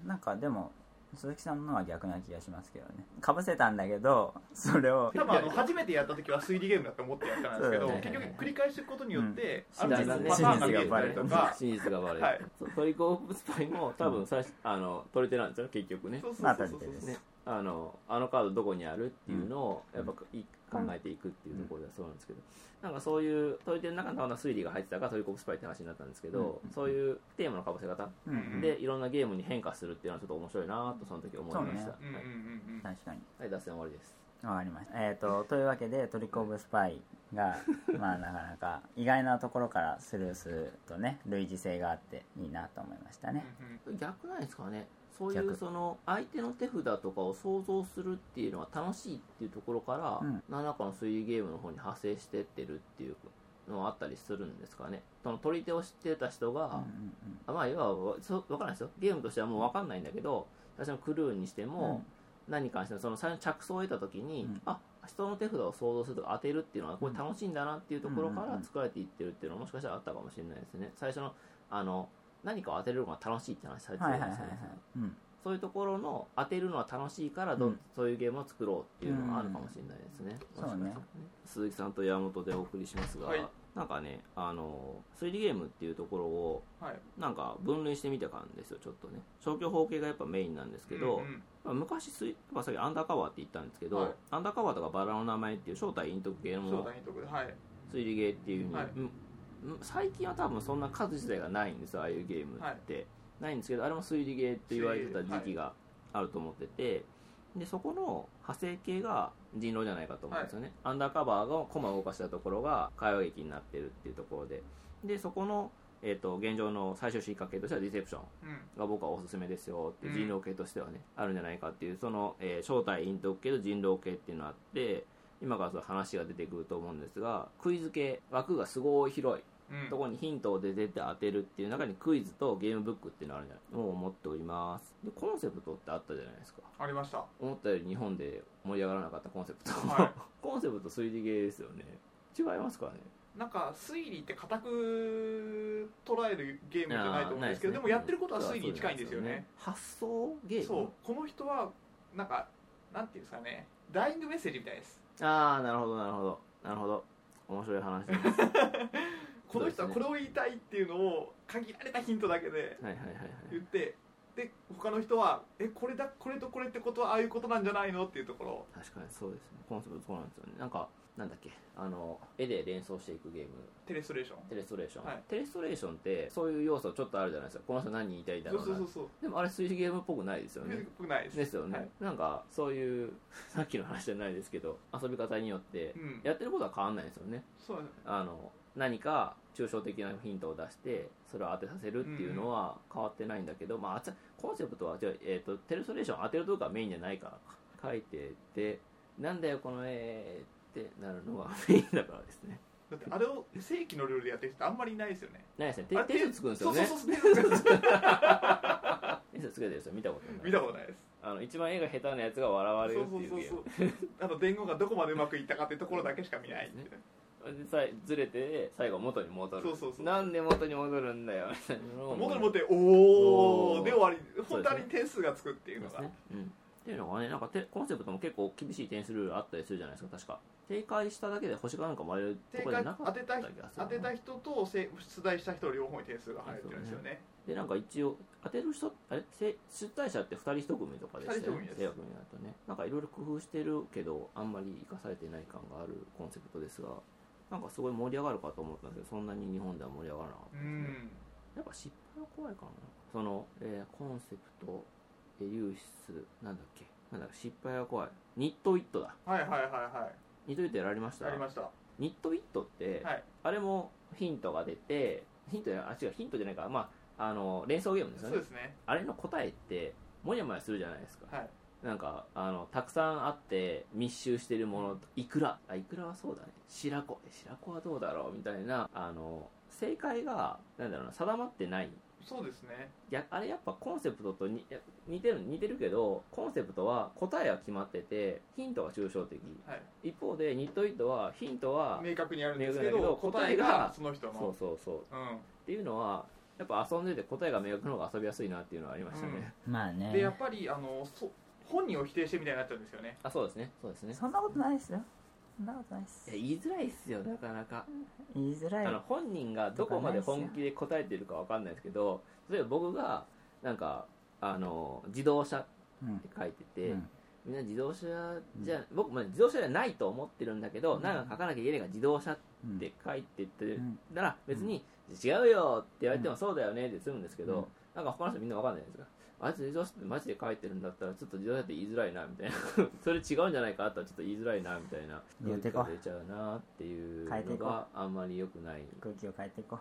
[SPEAKER 1] なんかでも鈴木さんのは逆な気がしますけどねかぶせたんだけどそれを
[SPEAKER 2] 多分あの初めてやった時は推理ゲームだと思ってやったんですけど
[SPEAKER 1] そう
[SPEAKER 3] だね
[SPEAKER 2] 結局繰り返していくことによって、
[SPEAKER 1] うん
[SPEAKER 2] ある程度パターンが見えてたりとか
[SPEAKER 3] 真実がバレる、
[SPEAKER 2] はい
[SPEAKER 3] そうトリコオブスパイも多分最初あの取り手なんですよ結局ね
[SPEAKER 2] そうそう
[SPEAKER 1] まあ
[SPEAKER 2] そう
[SPEAKER 1] 確
[SPEAKER 2] そ
[SPEAKER 1] か
[SPEAKER 2] う
[SPEAKER 1] にです
[SPEAKER 3] ね、あのあのカードどこにあるっていうのをやっぱい考えていくっていうところではそうなんですけど、なんかそういう問い手の中の推理が入ってたからトリコプスパイって話になったんですけど、
[SPEAKER 1] うん
[SPEAKER 3] そういうテーマのかぶせ方
[SPEAKER 1] うんうん
[SPEAKER 3] でいろんなゲームに変化するっていうのはちょっと面白いなとその時思いました、
[SPEAKER 1] そ
[SPEAKER 2] うんうんう
[SPEAKER 3] はい
[SPEAKER 2] んうん
[SPEAKER 1] 確かに
[SPEAKER 3] はい、脱線終わりです
[SPEAKER 1] わかりましたえっ、とというわけでトリック・オブ・スパイがまあなかなか意外なところからスルーするとね類似性があっていいなと思いましたね
[SPEAKER 3] 逆なんですかねそうい
[SPEAKER 1] 逆
[SPEAKER 3] うその相手の手札とかを想像するっていうのは楽しいっていうところから、
[SPEAKER 1] うん
[SPEAKER 3] 何らかの推理ゲームの方に派生してってるっていうのはあったりするんですかねその取り手を知ってた人が、
[SPEAKER 1] うんうんうん
[SPEAKER 3] あまあ要はそう分からないですよゲームとしてはもう分かんないんだけど最初のクルーにしても、何かにしてもその最初の着想を得た時に、
[SPEAKER 1] うん
[SPEAKER 3] あ人の手札を想像するとか当てるっていうのはこれ楽しいんだなっていうところか
[SPEAKER 1] うんうんう
[SPEAKER 3] ら
[SPEAKER 1] ん
[SPEAKER 3] 作られていってるっていうのはもしかしたらあったかもしれないですね最初のあの何かを当てるのが楽しいって話されて
[SPEAKER 1] はい
[SPEAKER 3] る
[SPEAKER 1] は
[SPEAKER 3] ん
[SPEAKER 1] い
[SPEAKER 3] で
[SPEAKER 1] はいはい
[SPEAKER 3] すよね
[SPEAKER 1] うん
[SPEAKER 3] そういうところの当てるのは楽しいからど、
[SPEAKER 1] うん
[SPEAKER 3] そういうゲームを作ろうっていうのがあるかもしれないですね、
[SPEAKER 1] うん
[SPEAKER 3] もしかしたら
[SPEAKER 1] そうね
[SPEAKER 3] 鈴木さんと山本でお送りしますが、
[SPEAKER 2] はい
[SPEAKER 3] なんかねあの推理ゲームっていうところを
[SPEAKER 2] はい
[SPEAKER 3] なんか分類してみた感じですよちょっとね消去法系がやっぱメインなんですけど、
[SPEAKER 2] うんうん
[SPEAKER 3] まあ昔すい、まあ、さっきアンダーカバーって言ったんですけど、
[SPEAKER 2] はい
[SPEAKER 3] アンダーカバーとかバラの名前っていう正体隠匿系
[SPEAKER 2] そう
[SPEAKER 3] の
[SPEAKER 2] だいいとこではい
[SPEAKER 3] 推理ゲーっていうふうに、
[SPEAKER 2] はい
[SPEAKER 3] うんうん最近は多分そんな数自体がないんですよああいうゲームって、ないんですけどあれも推理ゲーって言われてた時期があると思ってて、でそこの派生系が人狼じゃないかと思うんですよね、アンダーカバーが駒を動かしたところが会話劇になってるっていうところででそこの、えー、と現状の最終進化系としてはディセプション
[SPEAKER 2] うん
[SPEAKER 3] が僕はおすすめですよって
[SPEAKER 2] うん
[SPEAKER 3] 人狼系としてはね、あるんじゃないかっていうその、えー正体隠匿系と人狼系っていうのがあって今からその話が出てくると思うんですがクイズ系枠がすごい広い
[SPEAKER 2] うん
[SPEAKER 3] ところにヒントを出てって当てるっていう中にクイズとゲームブックっていうのがあるんじゃないのを思っておりますでコンセプトってあったじゃないですか
[SPEAKER 2] ありました
[SPEAKER 3] 思ったより日本で盛り上がらなかったコンセプト、
[SPEAKER 2] は
[SPEAKER 3] コンセプト推理系ですよね違いますからね
[SPEAKER 2] なんか推理って固く捉えるゲームじゃないと思うんですけどで
[SPEAKER 3] あー
[SPEAKER 2] もやってることは推理に近いんですよね
[SPEAKER 3] 発想ゲーム
[SPEAKER 2] そうこの人はなんかなんていうんですかねダイイングメッセージみたいです
[SPEAKER 3] ああなるほどなるほどなるほど面白い話です
[SPEAKER 2] この人はこれを言いたいっていうのを限られたヒントだけで
[SPEAKER 3] はいはいはいはい
[SPEAKER 2] 言ってで他の人はえこれだこれとこれってことはああいうことなんじゃないのっていうところ
[SPEAKER 3] 確かにそうですねコンセプトそうなんですよねなんかなんだっけあの絵で連想していくゲーム
[SPEAKER 2] テレストレーション
[SPEAKER 3] テレストレーション、
[SPEAKER 2] はい
[SPEAKER 3] テレストレーションってそういう要素ちょっとあるじゃないですかこの人何言いたいんだ
[SPEAKER 2] そ
[SPEAKER 3] ろう
[SPEAKER 2] う
[SPEAKER 3] な
[SPEAKER 2] そうそうそう
[SPEAKER 3] でもあれ推理ゲームっぽくないですよ
[SPEAKER 2] ミュージ
[SPEAKER 3] ね
[SPEAKER 2] ックっぽくないです
[SPEAKER 3] ですよね、
[SPEAKER 2] はい
[SPEAKER 3] なんかそういうさっきの話じゃないですけど遊び方によって
[SPEAKER 2] うん
[SPEAKER 3] やってることは変わんないですよね
[SPEAKER 2] そうなんです
[SPEAKER 3] あの何か抽象的なヒントを出してそれを当てさせるっていうのは変わってないんだけど、まああつ、コンセプトはじゃあ、えー、とテレストレーション当てるとこがメインじゃないからか書いててなんだよこの絵ってなるのが メインだからですね
[SPEAKER 2] だってあれを正規のルールでやってる人あんまりいないですよね
[SPEAKER 3] ないですね
[SPEAKER 2] あ
[SPEAKER 3] 手
[SPEAKER 2] れ
[SPEAKER 3] 手数つくんですよね
[SPEAKER 2] そうそうそう手数つく
[SPEAKER 3] 手数つけてる人見たことない
[SPEAKER 2] 見たことないです
[SPEAKER 3] あの一番絵が下手なやつが笑われるっていうゲーム
[SPEAKER 2] そうそうそうあの伝言がどこまでうまくいったかっていうところだけしか見ないっていう
[SPEAKER 3] でさずれて最後元に戻る
[SPEAKER 2] そうそうそう
[SPEAKER 3] なんで元に戻るんだよみたいなのを
[SPEAKER 2] 元に持っておお
[SPEAKER 3] おー
[SPEAKER 2] で終わり
[SPEAKER 3] そう
[SPEAKER 2] 本
[SPEAKER 3] ですね
[SPEAKER 2] 当に点数がつくっていう
[SPEAKER 3] そう
[SPEAKER 2] の
[SPEAKER 3] です
[SPEAKER 2] が
[SPEAKER 3] ね、うん、っていうのがねなんかてコンセプトも結構厳しい点数ルールあったりするじゃないですか確か正解しただけで星がなんかもらえると
[SPEAKER 2] 正
[SPEAKER 3] こじゃ
[SPEAKER 2] 解
[SPEAKER 3] なか
[SPEAKER 2] 当
[SPEAKER 3] ってた
[SPEAKER 2] た
[SPEAKER 3] 気
[SPEAKER 2] 人
[SPEAKER 3] がす
[SPEAKER 2] 当
[SPEAKER 3] る
[SPEAKER 2] てた人とせ出題した人両方に点数が入ってるんですよね
[SPEAKER 3] でなんか一応当てる人あれせ出題者って2人1組とかでしたよ
[SPEAKER 2] 二人一組
[SPEAKER 3] ね
[SPEAKER 2] です
[SPEAKER 3] 大学になるとねなんかいろいろ工夫してるけどあんまり生かされてない感があるコンセプトですがなんかすごい盛り上がるかと思ったんですけどそんなに日本では盛り上がらなかっ
[SPEAKER 2] う
[SPEAKER 3] たですね
[SPEAKER 2] ん
[SPEAKER 3] やっぱ失敗は怖いかなその、えーコンセプトえー流出なんだっけなんだっけ失敗は怖いニットイットだ
[SPEAKER 2] はいはいはいは
[SPEAKER 3] ニットイットやられまし
[SPEAKER 2] い
[SPEAKER 3] た
[SPEAKER 2] やりましたは
[SPEAKER 3] ニットイットって、
[SPEAKER 2] い
[SPEAKER 3] あれもヒントが出てヒントじゃないあ違うヒントじゃないかまああの連想ゲームです
[SPEAKER 2] そ
[SPEAKER 3] よ
[SPEAKER 2] う
[SPEAKER 3] ね
[SPEAKER 2] ですね
[SPEAKER 3] あれの答えってもやもやするじゃないですか、
[SPEAKER 2] はい
[SPEAKER 3] なんかあのたくさんあって密集してるものといくらあいくらはそうだね白子え白子はどうだろうみたいなあの正解がなんだろうな定まってない
[SPEAKER 2] そうですね
[SPEAKER 3] やあれやっぱコンセプトとにや似てる似てるけどコンセプトは答えは決まっててヒントは抽象的
[SPEAKER 2] はい
[SPEAKER 3] 一方でニットイットはヒントは
[SPEAKER 2] 明確にあるんですけ
[SPEAKER 3] 明
[SPEAKER 2] ど
[SPEAKER 3] 確だ
[SPEAKER 2] 答
[SPEAKER 3] け
[SPEAKER 2] え
[SPEAKER 3] ど
[SPEAKER 2] がその人
[SPEAKER 3] そう
[SPEAKER 2] の
[SPEAKER 3] そうそう
[SPEAKER 2] うん
[SPEAKER 3] っていうのはやっぱ遊んでて答えが明確の方が遊びやすいなっていうのはありましたね、
[SPEAKER 2] うん
[SPEAKER 1] まあ
[SPEAKER 2] でや
[SPEAKER 1] ね
[SPEAKER 2] っぱりあのそ本人を否定してみたいになっちゃうんですよね
[SPEAKER 3] あそうですねそうですね
[SPEAKER 1] そんなことないですよそんなことないっす
[SPEAKER 3] いや言いづらいっすよなかなか、
[SPEAKER 1] 言いづらい
[SPEAKER 3] あの本人がどこまで本気で答えてるかわかんないですけど例えば僕がなんかあの自動車っ
[SPEAKER 1] うん
[SPEAKER 3] て書いてて、
[SPEAKER 1] うん
[SPEAKER 3] みんな自動車じゃ、僕も自動車じゃないと思ってるんだけど、
[SPEAKER 1] うん
[SPEAKER 3] なんか書かなきゃいけないから自動車っ
[SPEAKER 1] うん
[SPEAKER 3] て書いてって
[SPEAKER 1] うん
[SPEAKER 3] たら別に「違うよ」って言われて
[SPEAKER 1] う
[SPEAKER 3] も「そうだよね」ってするんですけど、
[SPEAKER 1] うん
[SPEAKER 3] なんか他の人みんなわかんないじゃないですか。あいつ自動車ってマジで書いてるんだったらちょっと自動車って言いづらいなみたいな それ違うんじゃないかあったらちょっと言いづらいなみたいな
[SPEAKER 1] 言うてこ
[SPEAKER 3] 出ちゃうなっていう
[SPEAKER 1] 変えて
[SPEAKER 3] の
[SPEAKER 1] いこ
[SPEAKER 3] があんまり良くない
[SPEAKER 1] 空気を変えていこ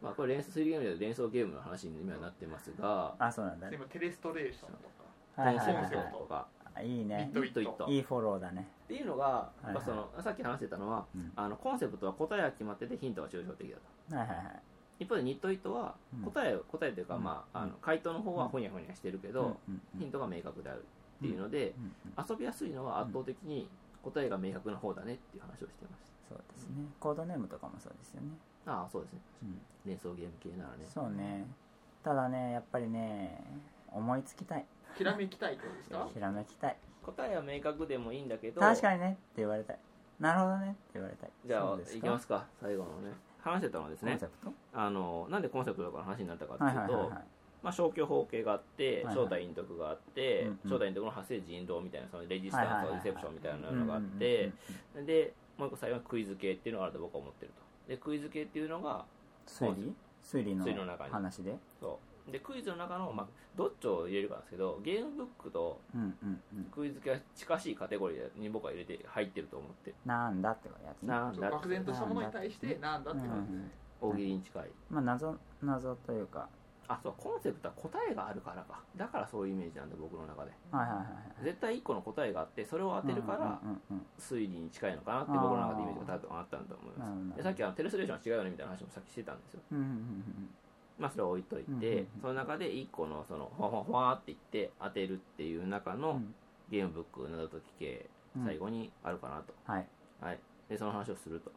[SPEAKER 1] う
[SPEAKER 3] まあこれ連想推理ゲームで連想ゲームの話に今なってますが
[SPEAKER 1] あそうなんだ
[SPEAKER 2] でもテレストレーションとか
[SPEAKER 1] はいはい
[SPEAKER 2] そう
[SPEAKER 1] は
[SPEAKER 2] で
[SPEAKER 1] い
[SPEAKER 2] すよ
[SPEAKER 1] は
[SPEAKER 3] とか
[SPEAKER 1] いいいね
[SPEAKER 2] ミッドイット
[SPEAKER 1] いいフォローだね
[SPEAKER 3] っていうのが、
[SPEAKER 1] いはい
[SPEAKER 3] まあそのさっき話してたのは、
[SPEAKER 1] うん
[SPEAKER 3] あのコンセプトは答えは決まっててヒントは抽象的だと
[SPEAKER 1] はいはいはい
[SPEAKER 3] 一方でニットイットは
[SPEAKER 1] うん
[SPEAKER 3] 答え、答えというか、
[SPEAKER 1] うん
[SPEAKER 3] まあ、あの
[SPEAKER 1] う
[SPEAKER 3] 回答の方はほにゃほにゃしてるけど、
[SPEAKER 1] うんうん
[SPEAKER 3] ヒントが明確であるっていうので、
[SPEAKER 1] うんうん
[SPEAKER 3] 遊びやすいのは圧倒的に答えが明確な方だねっていう話をしてまし
[SPEAKER 1] そうですねコードネームとかもそうですよね
[SPEAKER 3] たああそうですね
[SPEAKER 1] うん
[SPEAKER 3] 連想ゲーム系ならね
[SPEAKER 1] そうねただねやっぱりね思いつきたい
[SPEAKER 2] ひらめきたいってことですか
[SPEAKER 1] ひらめきたい
[SPEAKER 3] 答えは明確でもいいんだけど
[SPEAKER 1] 確かにねって言われたいなるほどねって言われたい
[SPEAKER 3] じゃ
[SPEAKER 1] そ
[SPEAKER 3] あ
[SPEAKER 1] うですか
[SPEAKER 3] いきますか最後のね話してたのはです
[SPEAKER 1] コン
[SPEAKER 3] ね
[SPEAKER 1] セプト
[SPEAKER 3] あのなんでコンセプトとかの話になったかって
[SPEAKER 1] はい
[SPEAKER 3] い
[SPEAKER 1] は
[SPEAKER 3] う
[SPEAKER 1] い
[SPEAKER 3] と、
[SPEAKER 1] はいはい
[SPEAKER 3] まあ、消去法系があって、
[SPEAKER 1] はいはい
[SPEAKER 3] 正体隠匿があって、
[SPEAKER 1] うんうん
[SPEAKER 3] 正体隠匿の発生人狼みたいなそのレジスタンスとか
[SPEAKER 1] はいはいはいはい
[SPEAKER 3] リセプションみたいなのがあって、でもう一個最後にクイズ系っていうのがあると僕は思ってるとでクイズ系っていうのが
[SPEAKER 1] 推理推理
[SPEAKER 3] 推理の中
[SPEAKER 1] の
[SPEAKER 3] に
[SPEAKER 1] 話で
[SPEAKER 3] そうでクイズの中の、まあ、どっちを入れるかなんですけどゲームブックと
[SPEAKER 1] うんうんうん
[SPEAKER 3] クイズ系は近しいカテゴリーに僕は入れて入ってると思ってる
[SPEAKER 1] なんだってやつね
[SPEAKER 3] なんだ
[SPEAKER 2] 漠然としたものに対してなんだって感じ
[SPEAKER 1] う
[SPEAKER 2] で
[SPEAKER 1] ん
[SPEAKER 3] 大喜利に近い
[SPEAKER 1] まあ謎謎というか
[SPEAKER 3] あそうコンセプトは答えがあるからかだからそういうイメージなんだ僕の中で
[SPEAKER 1] はいはいはいはい
[SPEAKER 3] 絶対1個の答えがあってそれを当てるから、
[SPEAKER 1] うんうん
[SPEAKER 3] 推理に近いのかなって僕の中でイメージが多分あったんだと思い
[SPEAKER 1] なるほどなるほど
[SPEAKER 3] ますでさっきあのテレストレーションは違うよねみたいな話もさっきしてたんですよ
[SPEAKER 1] うんうんうん
[SPEAKER 3] まあそれは置いといて、
[SPEAKER 1] うんうんうん
[SPEAKER 3] その中で1個のそのファファファーって言って当てるっていう中
[SPEAKER 1] うんう
[SPEAKER 3] の
[SPEAKER 1] ん
[SPEAKER 3] ゲームブック謎解き系
[SPEAKER 1] うん
[SPEAKER 3] 最後にあるかなと、
[SPEAKER 1] はい
[SPEAKER 3] はいでその話をすると